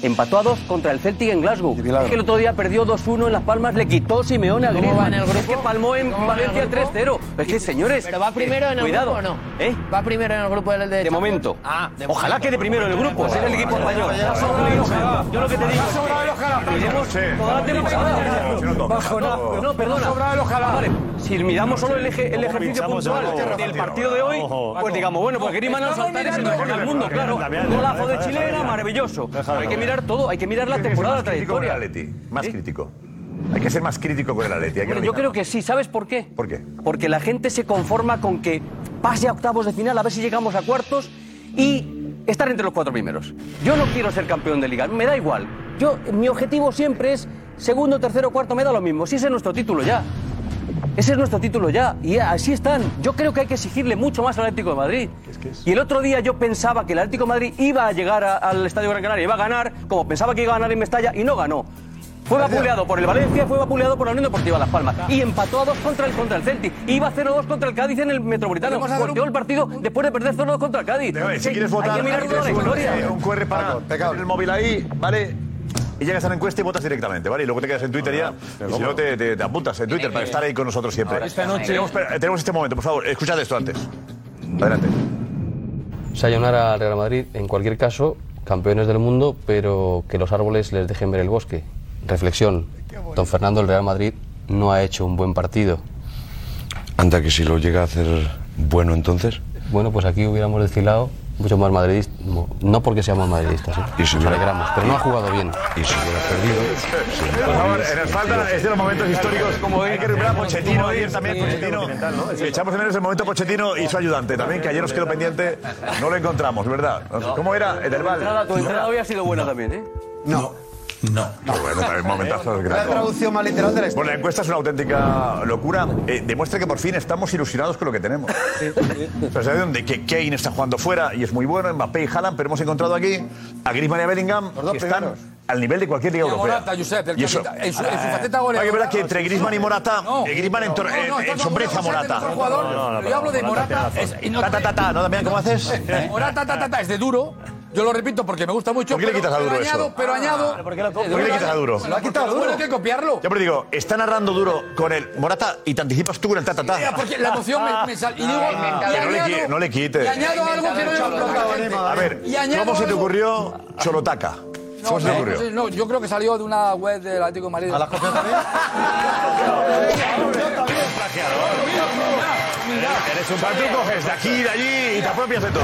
Empató a 2 contra el Celtic en Glasgow. Es que el otro día perdió 2-1 en Las Palmas, le quitó Simeone al ¿Cómo Griezmann. va en el grupo? Es que palmó en ¿Cómo va en el Valencia grupo? 3-0. Es que, señores... ¿Pero va primero eh, en el cuidado. grupo o no? ¿Eh? ¿Va primero en el grupo del de De Champions? momento. Ah, de Ojalá momento. quede primero en el grupo, ser el equipo español. Yo lo que te digo es que llevamos toda la temporada. Bajonazo. No, perdona. Vale, si miramos solo el, eje- el ejercicio puntual del partido de hoy, Oh. pues digamos, bueno, pues Griezmann al saltar es el mejor del mundo, claro. Golazo de chilena, maravilloso. Pero hay que mirar todo, hay que mirar la temporada, la trayectoria. Más crítico con el Atleti. Más crítico. Hay que ser más crítico con el Atleti. hay que Bueno, yo creo analizarlo. que sí, ¿sabes por qué? ¿Por qué? Porque la gente se conforma con que pase a octavos de final, a ver si llegamos a cuartos y estar entre los cuatro primeros. Yo no quiero ser campeón de liga, me da igual. Yo, mi objetivo siempre es segundo, tercero, cuarto, me da lo mismo. Si ese es nuestro título ya. Ese es nuestro título ya. Y así están. Yo creo que hay que exigirle mucho más al Atlético de Madrid. Y el otro día yo pensaba que el Atlético de Madrid iba a llegar a- al Estadio Gran Canaria, iba a ganar, como pensaba que iba a ganar en Mestalla, y no ganó. Fue vapuleado por el Valencia, fue vapuleado por la Unión Deportiva Las Palmas. Y empató a dos contra el, contra el Celtic. Iba 0-2 contra el Cádiz en el Metropolitano. Vamos a hacer Volteó el partido después de perder 0-2 contra el Cádiz. Oye, Sí, si quieres hay votar, que mirar si toda quieres la un- historia. eh, un QR para poner el móvil ahí, ¿vale? Y llegas a la encuesta y votas directamente, ¿vale? Y luego te quedas en Twitter ya. Y si no, te, te- te apuntas en Twitter para estar ahí con nosotros siempre. Ahora esta noche- Tenemos, espera, tenemos este momento, por favor. Escuchad esto antes. Adelante. Sayonara al Real Madrid, en cualquier caso, campeones del mundo, pero que los árboles les dejen ver el bosque. Reflexión. Don Fernando, el Real Madrid no ha hecho un buen partido. Anda, que si lo llega a hacer bueno entonces. Bueno, pues aquí hubiéramos desfilado mucho más madridismo. No porque seamos madridistas, ¿eh? Nos alegramos, pero no ha jugado bien. Y si hubiera perdido. Por favor, eh, nos faltan este es de los momentos históricos. Como hay que recuperar a Pochettino ayer también. Pochettino. Y echamos de menos el momento Pochettino y su ayudante también, que ayer nos quedó pendiente. No lo encontramos, ¿verdad? ¿Cómo era? El del Tu entrada, tu entrada hoy ha sido buena también, ¿eh? No. No. Bueno, también momentazos grandes. La traducción más literal de la Bueno, la encuesta es una auténtica locura. Eh, demuestra que por fin estamos ilusionados con lo que tenemos. O sea, ¿sabes dónde? Que Kane está jugando fuera y es muy bueno, Mbappé y Haaland, pero hemos encontrado aquí a Griezmann y a Bellingham dos que están primeros. al nivel de cualquier liga Y a europea. Morata, Josep, el Y eso- capitán, en su- en su Ah, faceta hay que goleadora. ver que entre Griezmann y Morata, No. eh, Griezmann entor- No, no, eh, está eh, todo ensombreza a Josep, Morata. el mejor jugador. Yo hablo de Morata. es- y no- Ta, ta, ta, ta, ¿no, Damián? ¿Cómo haces? Eh, Morata, ta, ta, ta, es de duro. Yo lo repito porque me gusta mucho. ¿Por qué le pero- quitas a Duro pero eso? añado, Pero añado. ¿Por qué le quitas a Duro? Lo ha quitado Duro. Bueno, hay que copiarlo. Yo te digo, está narrando duro con el Morata y te anticipas tú con el tatatá. Mira, Porque la emoción me, me sale. Y digo, y no, le, añado- qui- no le y quites. añado algo que no le A ver, ¿cómo se te ocurrió Cholotaca? ¿Cómo se te ocurrió? No, yo creo que salió de una web del Atlético de Madrid. ¿A las cosas también? Eres un tú coges de aquí y de allí y te apropias de todo,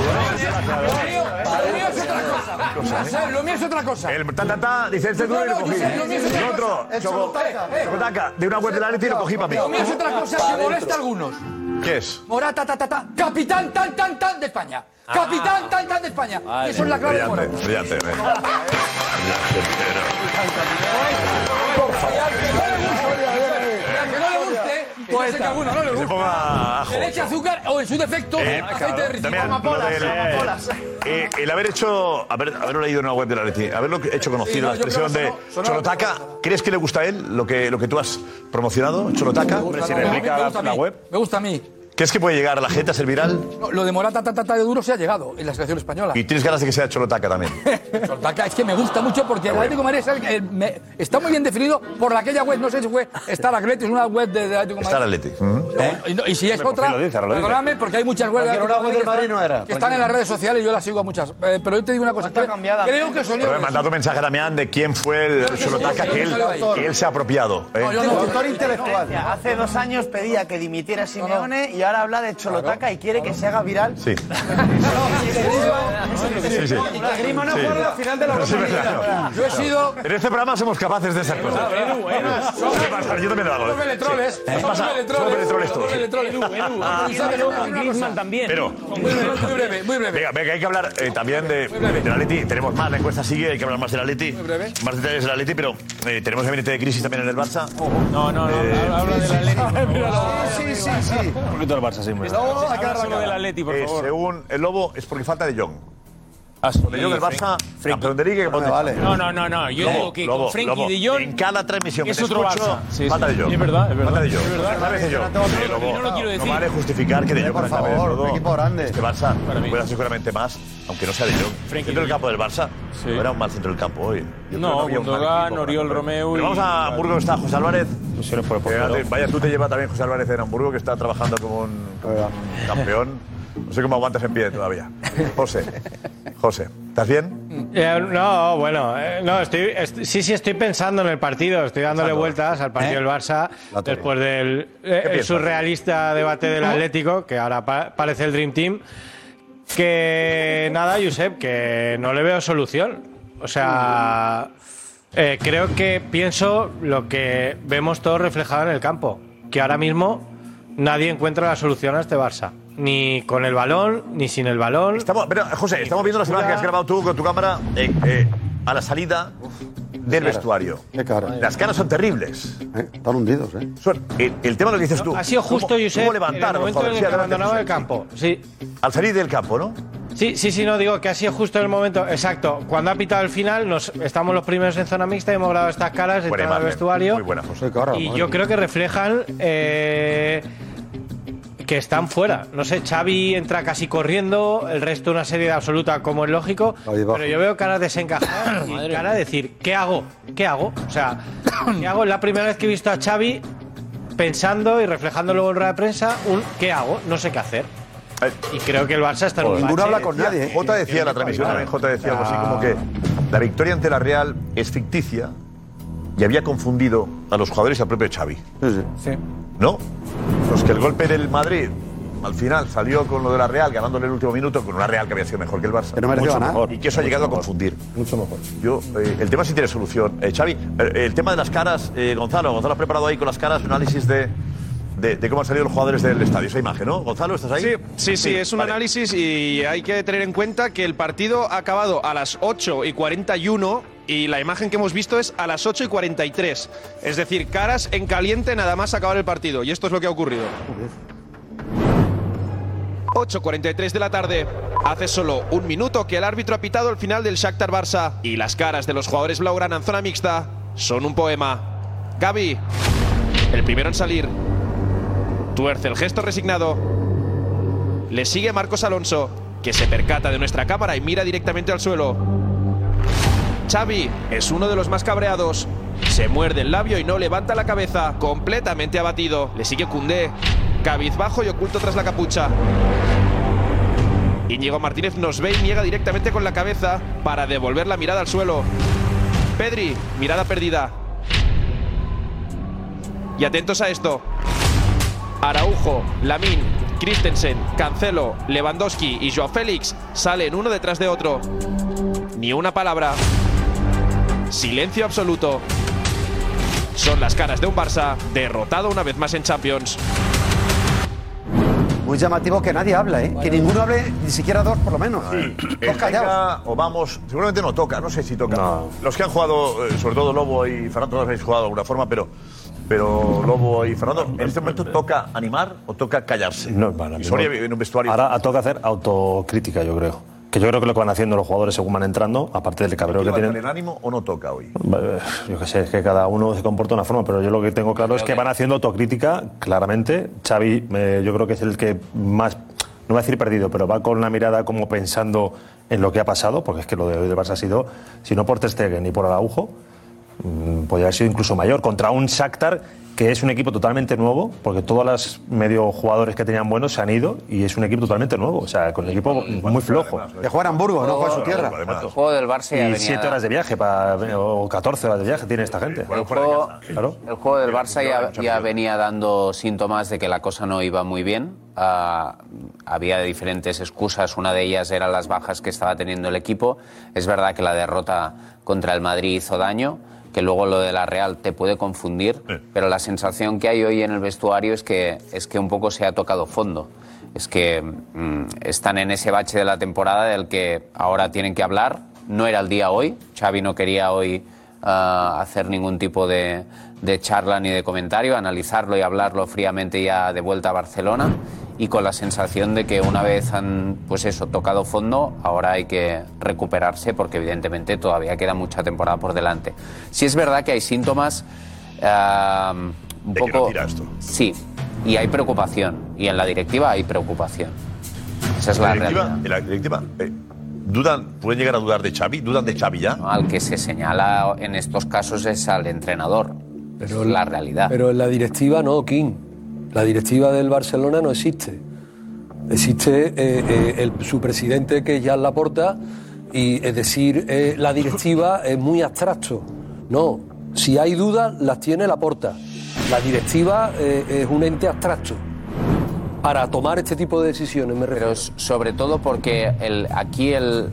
O sea, Lo mío es otra cosa. El tatatá dice este duro y lo cogí. El otro, Cholotaca, de una web de la Leti y lo cogí para mí. eh. Lo mío es otra cosa que molesta a algunos. ¿Qué es? Morata, ta, ta, ta. Capitán, tan, tan, tan de España. Capitán, tan, tan de España. Vale. Eso es la clave de Morata. Brillante, brillante. eh. Que no le guste, pues que a alguno no le Que se guste. ponga ajo. Que le eche azúcar o en su defecto Eh, aceite de cabrón, ricino. Damián, lo del- eh, el haber hecho, haber, haberlo leído en una web de la Leti, haberlo Sí, hecho conocido, no, la yo creo expresión que de sonó- sonó Cholotaca, ¿crees que le gusta a él lo que, lo que tú has promocionado, Cholotaca? si replica Me gusta a mí, la me gusta a mí. web. Me gusta a mí. ¿Crees que puede llegar a la gente a ser viral? No, lo de Morata, ta, ta, ta de duro se ha llegado en la selección española. Y tienes ganas de que sea Cholotaca también. Cholotaca, es que me gusta mucho porque el Atlético de Madrid es el- el- me- está muy bien definido por aquella web. No sé si fue Star Athletic, es una web de, de Atlético de Está el Madrid. Atleti. ¿Mm? Y, no- y si es otra, pues lo dice, ahora lo dice. perdóname porque hay muchas webs de Cualquier hora Atlético de del Madrid Madrid no era. que están en las redes sociales. Yo las sigo a muchas. Eh, pero yo te digo una cosa. Creo, creo que Pero me sonido. ha mandado un mensaje a Damián de quién fue el Cholotaca que él, que él se ha apropiado. ¿eh? intelectual. Hace dos años pedía que dimitiera Simeone y ahora habla de Cholotaca y quiere que se haga viral. Sí. Sí, sí. La Grima no Sí. juega la final de la Sí, Europa verdad. League. Yo he sido- En este programa somos capaces de esas cosas. ¿Qué pasa? Yo también lo hago. Somos beletroles. Sí. ¿Qué pasa? Somos beletroles. Somos beletroles todos. Somos beletroles. Ah. Y sabes una cosa, también. Pero. eh, Muy breve, muy breve. Venga, venga, hay que hablar eh, también de, de la Leti. Tenemos más, la encuesta sigue, hay que hablar más de la Leti. breve. Más detalles de la Leti, pero eh, tenemos gabinete de crisis también en el Barça. Oh, Eh, No, no, no. Habla de la Sí, sí, sí. Un poquito el Barça siempre. No, a cara, a cara. Eh, Atleti, por favor. Según el Lobo, es porque falta de Jong. Ah, Cuando yo que el Barça, campeón de liga, que ponte- No, no, no, no. Yo Lobo, digo que Lobo, con Frenkie Lobo. de Jong. En cada transmisión que es te otro escucho, Barça. Sí, sí. mata de Jong. Es verdad, es verdad. Mata de Jong. Es verdad. Mata de Jong. No, no, Sí, no, Lobo. yo no lo quiero No decir. vale justificar que de Jong Por cuarenta veces, favor, Lobo. un equipo grande. Este Barça juega seguramente más, aunque no sea de Jong. Centro del campo del Barça no era un mal centro del campo hoy. Yo creo que había un mal No, equipo Gundogan, para Oriol Hamburgo. Romeu Pero y- Vamos a Hamburgo, está José Álvarez. Que portero. hace- Vaya, tú te llevas también José Álvarez en Hamburgo, que está trabajando como un, como un campeón. No sé cómo aguantas en pie todavía. José, José, ¿estás bien? Eh, no, bueno, eh, no, estoy, est- sí, sí, estoy pensando en el partido, estoy dándole vueltas al partido ¿Eh? del Barça después del eh, el piensas? surrealista debate del Atlético, que ahora pa- parece el Dream Team. Que nada, Josep, que no le veo solución. O sea, eh, creo que pienso lo que vemos todo reflejado en el campo, que ahora mismo nadie encuentra la solución a este Barça. Ni con el balón, ni sin el balón. Estamos, pero, José, estamos viendo las imágenes que has grabado tú con tu cámara eh, eh, a la salida del cara. vestuario. Qué cara. Las caras son terribles. Están hundidos, ¿eh? El, el tema es lo que dices tú. Ha sido justo, ¿Cómo, Josep, cómo en el levantar a los momento en jugadores? el que Sí, adelante, abandonaba José. el campo. Sí. Al salir del campo, ¿no? Sí, sí, sí, no, digo que ha sido justo el momento. Exacto. Cuando ha pitado el final, nos, estamos los primeros en zona mixta y hemos grabado estas caras, Buena entrando al imagen, vestuario. Muy buena, José. Y yo creo que reflejan eh, que están fuera. No sé, Xavi entra casi corriendo, el resto una serie de absoluta como es lógico, bajo. pero yo veo caras desencajadas y cara de decir, ¿qué hago? ¿Qué hago? O sea, ¿qué hago? Es la primera vez que he visto a Xavi pensando y reflejando luego en rueda de prensa un ¿qué hago? No sé qué hacer. Eh. Y creo que el Barça está en un bache. Jota ¿eh? decía en la transmisión también, Jota decía algo Ah. así como que la victoria ante la Real es ficticia y había confundido a los jugadores y al propio Xavi. ¿No? Pues que el golpe del Madrid al final salió con lo de la Real, ganándole el último minuto con una Real que había sido mejor que el Barça. no mereció Mucho ganar. mejor. Y que eso ha llegado a confundir. Mucho mejor. Yo, eh, el tema sí tiene solución. Eh, Xavi, eh, el tema de las caras, eh, Gonzalo, Gonzalo ha preparado ahí con las caras un análisis de, de, de cómo han salido los jugadores del estadio. Esa imagen, ¿no? Gonzalo, ¿estás ahí? Sí, sí, sí, es un análisis y hay que tener en cuenta que el partido ha acabado a las 8 y 41 y la imagen que hemos visto es a las 8 y 43. Es decir, caras en caliente nada más acabar el partido y esto es lo que ha ocurrido. 8.43 de la tarde. Hace solo un minuto que el árbitro ha pitado el final del Shakhtar Barça y las caras de los jugadores blaugrana en zona mixta son un poema. Gaby, el primero en salir, tuerce el gesto resignado. Le sigue Marcos Alonso, que se percata de nuestra cámara y mira directamente al suelo. Xavi es uno de los más cabreados. Se muerde el labio y no levanta la cabeza, completamente abatido. Le sigue Cundé, cabizbajo y oculto tras la capucha. Íñigo Martínez nos ve y niega directamente con la cabeza para devolver la mirada al suelo. Pedri, mirada perdida. Y atentos a esto. Araujo, Lamin, Christensen, Cancelo, Lewandowski y Joao Félix salen uno detrás de otro. Ni una palabra. Silencio absoluto. Son las caras de un Barça derrotado una vez más en Champions. Muy llamativo que nadie habla, ¿eh? Que ninguno hable, ni siquiera dos por lo menos. El Dos callados. Benfica o vamos, seguramente no toca, no sé si toca. Los que han jugado, eh, sobre todo Lobo y Fernando, todos habéis jugado de alguna forma, pero, pero Lobo y Fernando, ¿en este momento toca animar o toca callarse? No, para Y mí Soria no. vive en un vestuario. Ahora toca hacer autocrítica, yo creo. Que yo creo que lo que van haciendo los jugadores según van entrando, aparte del cabreo que ¿Toca con tienen. el ánimo o no toca hoy? Eh, Yo qué sé, es que cada uno se comporta de una forma, pero yo lo que tengo claro es que van haciendo autocrítica, claramente. Xavi, eh, yo creo que es el que más, no voy a decir perdido, pero va con la mirada como pensando en lo que ha pasado, porque es que lo de hoy del Barça ha sido, si no por Ter Stegen ni por Araujo, mm, podría haber sido incluso mayor, contra un Shakhtar que es un equipo totalmente nuevo, porque todos los medio jugadores que tenían buenos se han ido y es un equipo totalmente nuevo, o sea, con el equipo muy flojo. De jugar a Hamburgo, no juega en su tierra. El juego del Barça ya Y venía 7 horas de viaje para, o 14 horas de viaje tiene esta gente. El juego, el juego del Barça ya, ya venía dando síntomas de que la cosa no iba muy bien. Ah, había diferentes excusas, una de ellas eran las bajas que estaba teniendo el equipo. Es verdad que la derrota contra el Madrid hizo daño, que luego lo de la Real te puede confundir, pero la sensación que hay hoy en el vestuario es que, es que un poco se ha tocado fondo. Es que mm, están en ese bache de la temporada del que ahora tienen que hablar. No era el día hoy, Xavi no quería hoy a hacer ningún tipo de, de charla ni de comentario, analizarlo y hablarlo fríamente ya de vuelta a Barcelona. y con la sensación de que una vez han, pues eso, tocado fondo, ahora hay que recuperarse porque evidentemente todavía queda mucha temporada por delante. Sí es verdad que hay síntomas ah, un poco... Sí, y hay preocupación y en la directiva hay preocupación. Esa es la directiva, realidad. en la directiva, eh, dudan, pueden llegar a dudar de Xavi, dudan de Xavi ya. Al que se señala en estos casos es al entrenador. Pero es la realidad. Pero en la directiva no, King. La directiva del Barcelona no existe. Existe eh, eh, el- su presidente, que es Jan Laporta, y es decir, eh, la directiva es muy abstracto. No, si hay dudas, las tiene Laporta. La directiva eh, es un ente abstracto para tomar este tipo de decisiones, me refiero. sobre todo porque el, aquí el,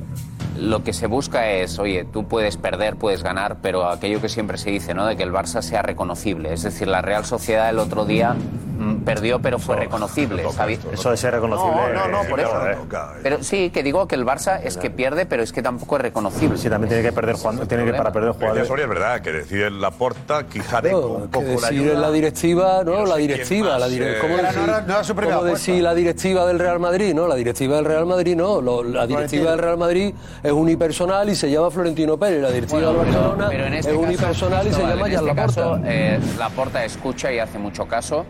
lo que se busca es, oye, tú puedes perder, puedes ganar, pero aquello que siempre se dice, ¿no? De que el Barça sea reconocible. Es decir, la Real Sociedad el otro día mm, perdió, pero fue reconocible. ¿sabéis? Eso de ser reconocible. No, no, no, por eh, eso. eh. Pero sí, que digo que el Barça es que pierde, pero es que tampoco es reconocible. Sí, también tiene que perder jugando, tiene que para perder Pero jugadores. Pues Soria es verdad, que decide la porta, Quijaré un Que poco la decir ayuda. en la directiva, no, la sé quién directiva, más, la dire- eh, ¿cómo Pero decir, no era- no era su primera cómo decir la directiva del Real Madrid? No, la directiva del Real Madrid no, lo- la directiva del Real Madrid es unipersonal y se llama Florentino Pérez, la directiva Bueno, del pero- Barcelona pero en este es caso, unipersonal y se Cristóbal, llama en Jan este Laporta. caso, eh, Laporta escucha y hace mucho caso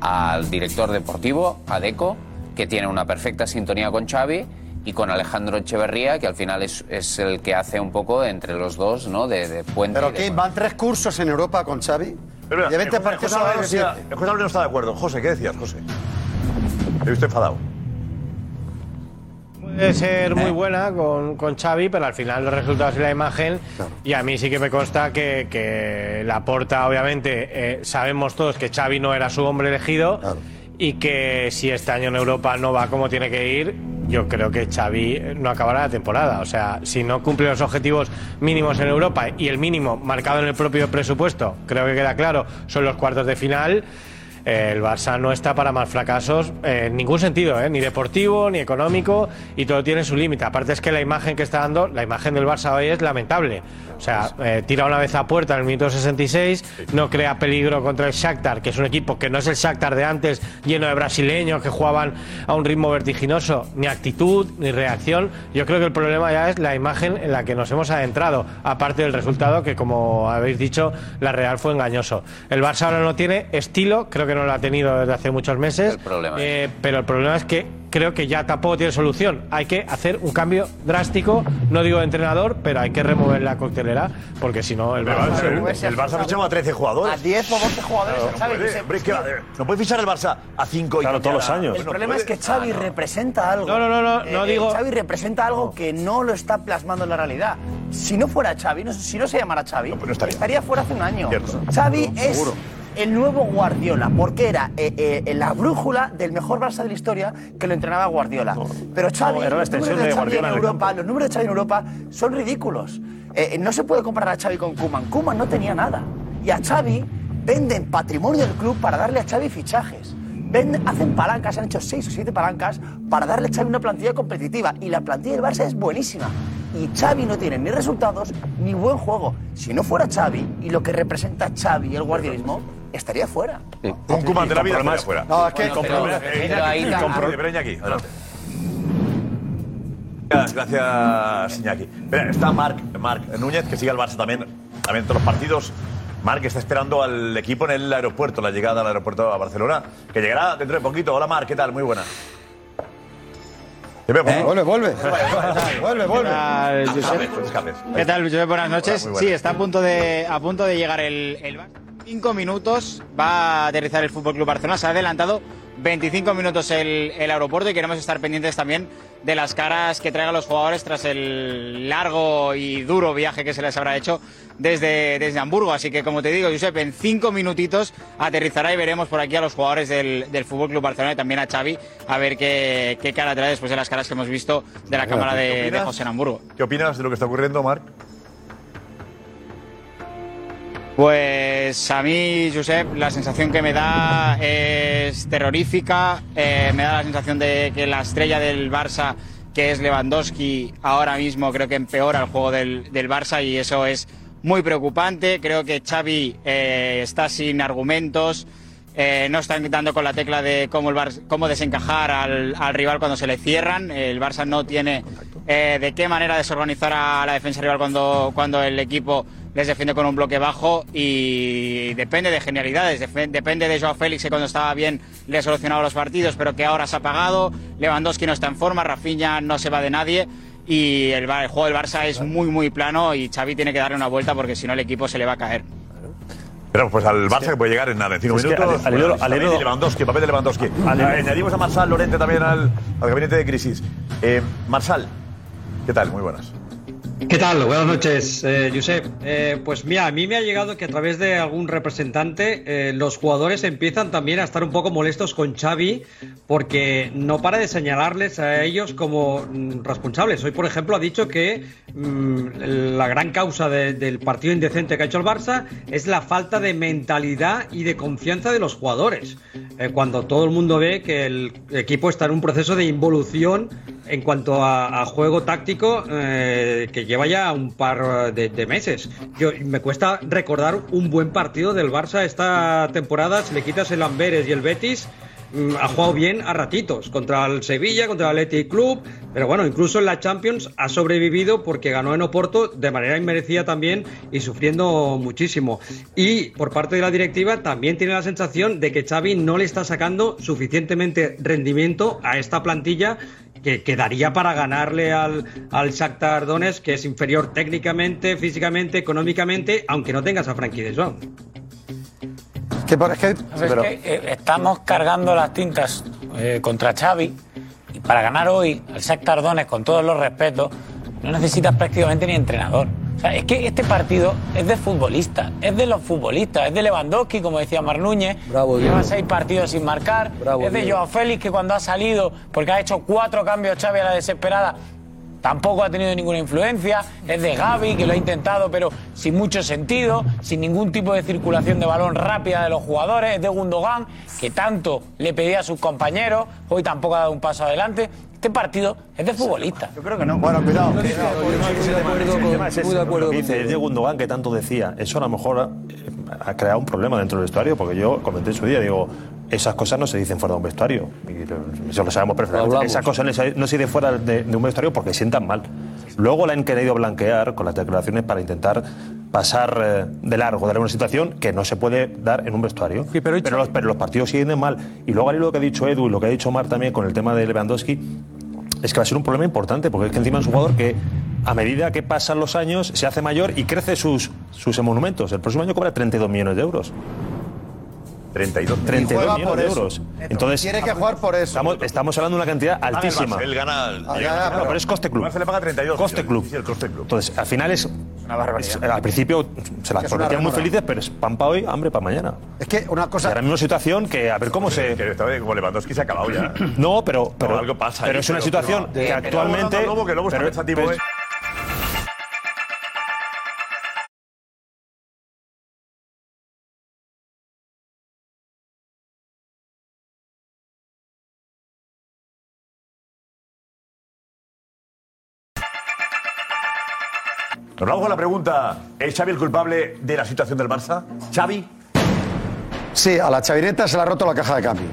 al director deportivo, Adeco, que tiene una perfecta sintonía con Xavi y con Alejandro Echeverría, que al final es, es el que hace un poco entre los dos, ¿no? De, de puente. y Pero de ¿qué? ¿Van tres cursos en Europa con Xavi? Pero mira, de 20 el- partidos el José ha Álvarez ganado decía- siete. el José Álvarez no está de acuerdo. José, ¿qué decías, José? Te he visto enfadado. Puede ser muy buena con, con Xavi, pero al final los resultados y la imagen. Y a mí sí que me consta que, que la porta, obviamente, eh, sabemos todos que Xavi no era su hombre elegido. Y que si este año en Europa no va como tiene que ir, yo creo que Xavi eh, no acabará la temporada. O sea, si no cumple los objetivos mínimos en Europa y el mínimo marcado en el propio presupuesto, creo que queda claro, son los cuartos de final. Eh, El Barça no está para más fracasos eh, en ningún sentido, ¿eh? ni deportivo, ni económico, y todo tiene su límite. Aparte es que la imagen que está dando, la imagen del Barça hoy es lamentable. O sea, eh, tira una vez a puerta en el minuto 66, no crea peligro contra el Shakhtar, que es un equipo que no es el Shakhtar de antes, lleno de brasileños que jugaban a un ritmo vertiginoso, ni actitud, ni reacción. Yo creo que el problema ya es la imagen en la que nos hemos adentrado, aparte del resultado que, como habéis dicho, la Real fue engañoso. El Barça ahora no tiene estilo, creo que no lo ha tenido desde hace muchos meses. problema Eh, pero el problema es que creo que ya tampoco tiene solución. Hay que hacer un cambio drástico, no digo de entrenador, pero hay que remover la coctelera, porque si no el Pues Barça... El Barça ha fichado a 13 jugadores. A 10 o 12 jugadores, Claro, ¿sabes? puede. Josep? Hombre, es que, eh, no puede fichar el Barça a 5 Claro, todos los años. El problema es que Xavi representa algo. pues, eh, ah, No, no, no, no, Eh, no eh, digo- Xavi representa algo que no lo está plasmando en la realidad. Si no fuera Xavi, no- si no se llamara Xavi, estaría. fuera hace un año. Cierto. Xavi Seguro, es seguro. el nuevo Guardiola, porque era eh, eh, la brújula del mejor Barça de la historia que lo entrenaba Guardiola. Pero Xavi, No, era la los números extensión de Xavi Guardiola en en el Europa, los números de Xavi en Europa son ridículos. Eh, eh, no se puede comparar a Xavi con Kuman. Kuman no tenía nada. Y a Xavi venden patrimonio del club para darle a Xavi fichajes. Venden- hacen palancas, han hecho seis o siete palancas para darle a Xavi una plantilla competitiva. Y la plantilla del Barça es buenísima. Y Xavi no tiene ni resultados ni buen juego. Si no fuera Xavi y lo que representa Xavi y el guardiolismo, estaría fuera. Un Koeman de la vida Problemas- fuera. No, es que- Bueno, pero- pero ahí Iñaki, ta- compro- Pero Iñaki, adelante. Gracias, Gracias, Iñaki. Espera, está Marc Marc Núñez, que sigue al Barça también, también en todos los partidos. Marc está esperando al equipo en el aeropuerto, la llegada al aeropuerto a Barcelona, que llegará dentro de poquito. Hola, Marc, ¿qué tal? Muy buena. Vuelve, vuelve. Vuelve, vuelve. pues ¿Qué tal, Josep? Buenas noches. Hola, muy buenas. sí, está a punto de, a punto de llegar el, el Barça. Cinco minutos va a aterrizar el Fútbol Club Barcelona. Se ha adelantado 25 minutos el, el aeropuerto y queremos estar pendientes también de las caras que traigan los jugadores tras el largo y duro viaje que se les habrá hecho desde, desde Hamburgo. Así que, como te digo, Josep, en cinco minutitos aterrizará y veremos por aquí a los jugadores del, del Fútbol Club Barcelona y también a Xavi a ver qué, qué cara trae después de las caras que hemos visto de la cámara pues, ¿Qué de, de opinas? José en Hamburgo. ¿Qué opinas de lo que está ocurriendo, Marc? Pues a mí, Josep, la sensación que me da es terrorífica. Eh, me da la sensación de que la estrella del Barça, que es Lewandowski, ahora mismo creo que empeora el juego del, del Barça y eso es muy preocupante. Creo que Xavi eh, está sin argumentos eh, no están dando con la tecla de cómo, el Bar- cómo desencajar al, al rival cuando se le cierran. El Barça no tiene eh, de qué manera desorganizar a la defensa rival cuando, cuando el equipo les defiende con un bloque bajo y depende de genialidades, defe- depende de Joao Félix que cuando estaba bien le solucionaba los partidos, pero que ahora se ha apagado, Lewandowski no está en forma, Rafinha no se va de nadie y el, Bar- el juego del Barça es muy muy plano y Xavi tiene que darle una vuelta porque si no el equipo se le va a caer. Esperamos pues al Barça que puede llegar en nada, en cinco Es que minutos. al- al hilo- Bueno, al hilo- también Lewandowski, papel de Lewandowski. Eh, Al- Añadimos a Marsal Lorente también al, al gabinete de crisis. Eh, Marsal, ¿qué tal? Muy buenas. ¿Qué tal? Buenas noches, eh, Josep. Eh, pues mira, a mí me ha llegado que a través de algún representante eh, los jugadores empiezan también a estar un poco molestos con Xavi porque no para de señalarles a ellos como mm, responsables. Hoy, por ejemplo, ha dicho que mm, la gran causa de- del partido indecente que ha hecho el Barça es la falta de mentalidad y de confianza de los jugadores. Eh, cuando todo el mundo ve que el equipo está en un proceso de involución en cuanto a, a juego táctico eh, que lleva ya un par de, de meses. Yo, me cuesta recordar un buen partido del Barça esta temporada. Si le quitas el Amberes y el Betis, mm, ha jugado bien a ratitos contra el Sevilla, contra el Athletic Club, pero bueno, incluso en la Champions ha sobrevivido porque ganó en Oporto de manera inmerecida también y sufriendo muchísimo. Y por parte de la directiva también tiene la sensación de que Xavi no le está sacando suficientemente rendimiento a esta plantilla que quedaría para ganarle al, al Shakhtar Donetsk, que es inferior técnicamente, físicamente, económicamente, aunque no tengas a Frankie de Jong. Que, por- es que- Pero es que, eh, estamos cargando las tintas eh, contra Xavi y para ganar hoy al Shakhtar Donetsk, con todos los respetos, no necesitas prácticamente ni entrenador. O sea, es que este partido es de futbolistas, es de los futbolistas, es de Lewandowski, como decía Mar Núñez, que lleva Diego. seis partidos sin marcar, es de Diego. Joao Félix, que cuando ha salido, porque ha hecho cuatro cambios Xavi a la desesperada, tampoco ha tenido ninguna influencia, es de Gaby, que lo ha intentado, pero sin mucho sentido, sin ningún tipo de circulación de balón rápida de los jugadores, es de Gundogan, que tanto le pedía a sus compañeros, hoy tampoco ha dado un paso adelante. Este partido es de futbolista. Yo creo que no. Bueno, cuidado. El tema es ese, lo que dice, es de Gundogan que tanto decía. Eso a lo mejor eh, ha creado un problema dentro del vestuario, porque yo comenté en su día, digo, esas cosas no se dicen fuera de un vestuario. Y lo- eso lo sabemos perfectamente. hablamos. esas cosas no se- no se dicen fuera de, de un vestuario porque sientan mal. Luego la han querido blanquear con las declaraciones para intentar pasar eh, de largo de una situación que no se puede dar en un vestuario. pero, los, pero los partidos siguen de mal. Y luego al hilo lo que ha dicho Edu y lo que ha dicho Mar también con el tema de Lewandowski, es que va a ser un problema importante, porque es que encima es un jugador que a medida que pasan los años se hace mayor y crece sus, sus monumentos. El próximo año cobra 32 millones de euros. 32, juega millones por de eso. euros. Entonces, Tiene que jugar por eso. Estamos, estamos hablando de una cantidad el altísima. Ah, Barça, él gana el- Ah, Claro, ya, pero, pero- es coste club. Al Barça le paga 32. Coste club. Entonces, al final es. es- al principio se las Es una prometían remora. muy felices, pero es pan para hoy, hambre para mañana. es que una Y cosa. ahora mismo situación que a ver cómo se. como Lewandowski se ha acabado ya. No, pero, pero algo pasa Pero ahí, es una pero- situación pero- que pero- actualmente. pero- Lobo, que Lobo está pero- pensativo, pero- ¿eh? Nos vamos con la pregunta. ¿Es Xavi el culpable de la situación del Barça? ¿Xavi? Sí, a la chavineta se le ha roto la caja de cambio.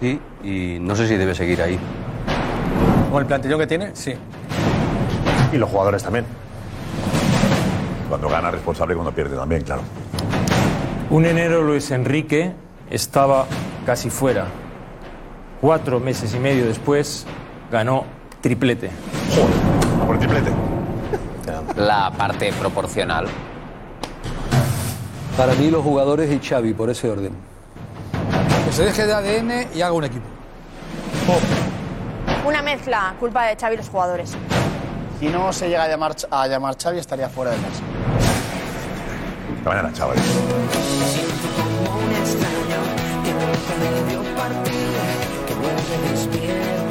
Sí, y no sé si debe seguir ahí. Con el plantillón que tiene, sí. Y los jugadores también. Cuando gana responsable, cuando pierde también, claro. Un enero Luis Enrique estaba casi fuera. Cuatro meses y medio después ganó triplete. Joder, por triplete. La parte proporcional. Para mí los jugadores y Xavi, por ese orden. Que se deje de ADN y haga un equipo. Una mezcla, culpa de Xavi y los jugadores. Si no se llega a llamar, a llamar Xavi, estaría fuera de casa. Hasta mañana, chavales. como un extraño que no se debió partir, que vuelve despierto.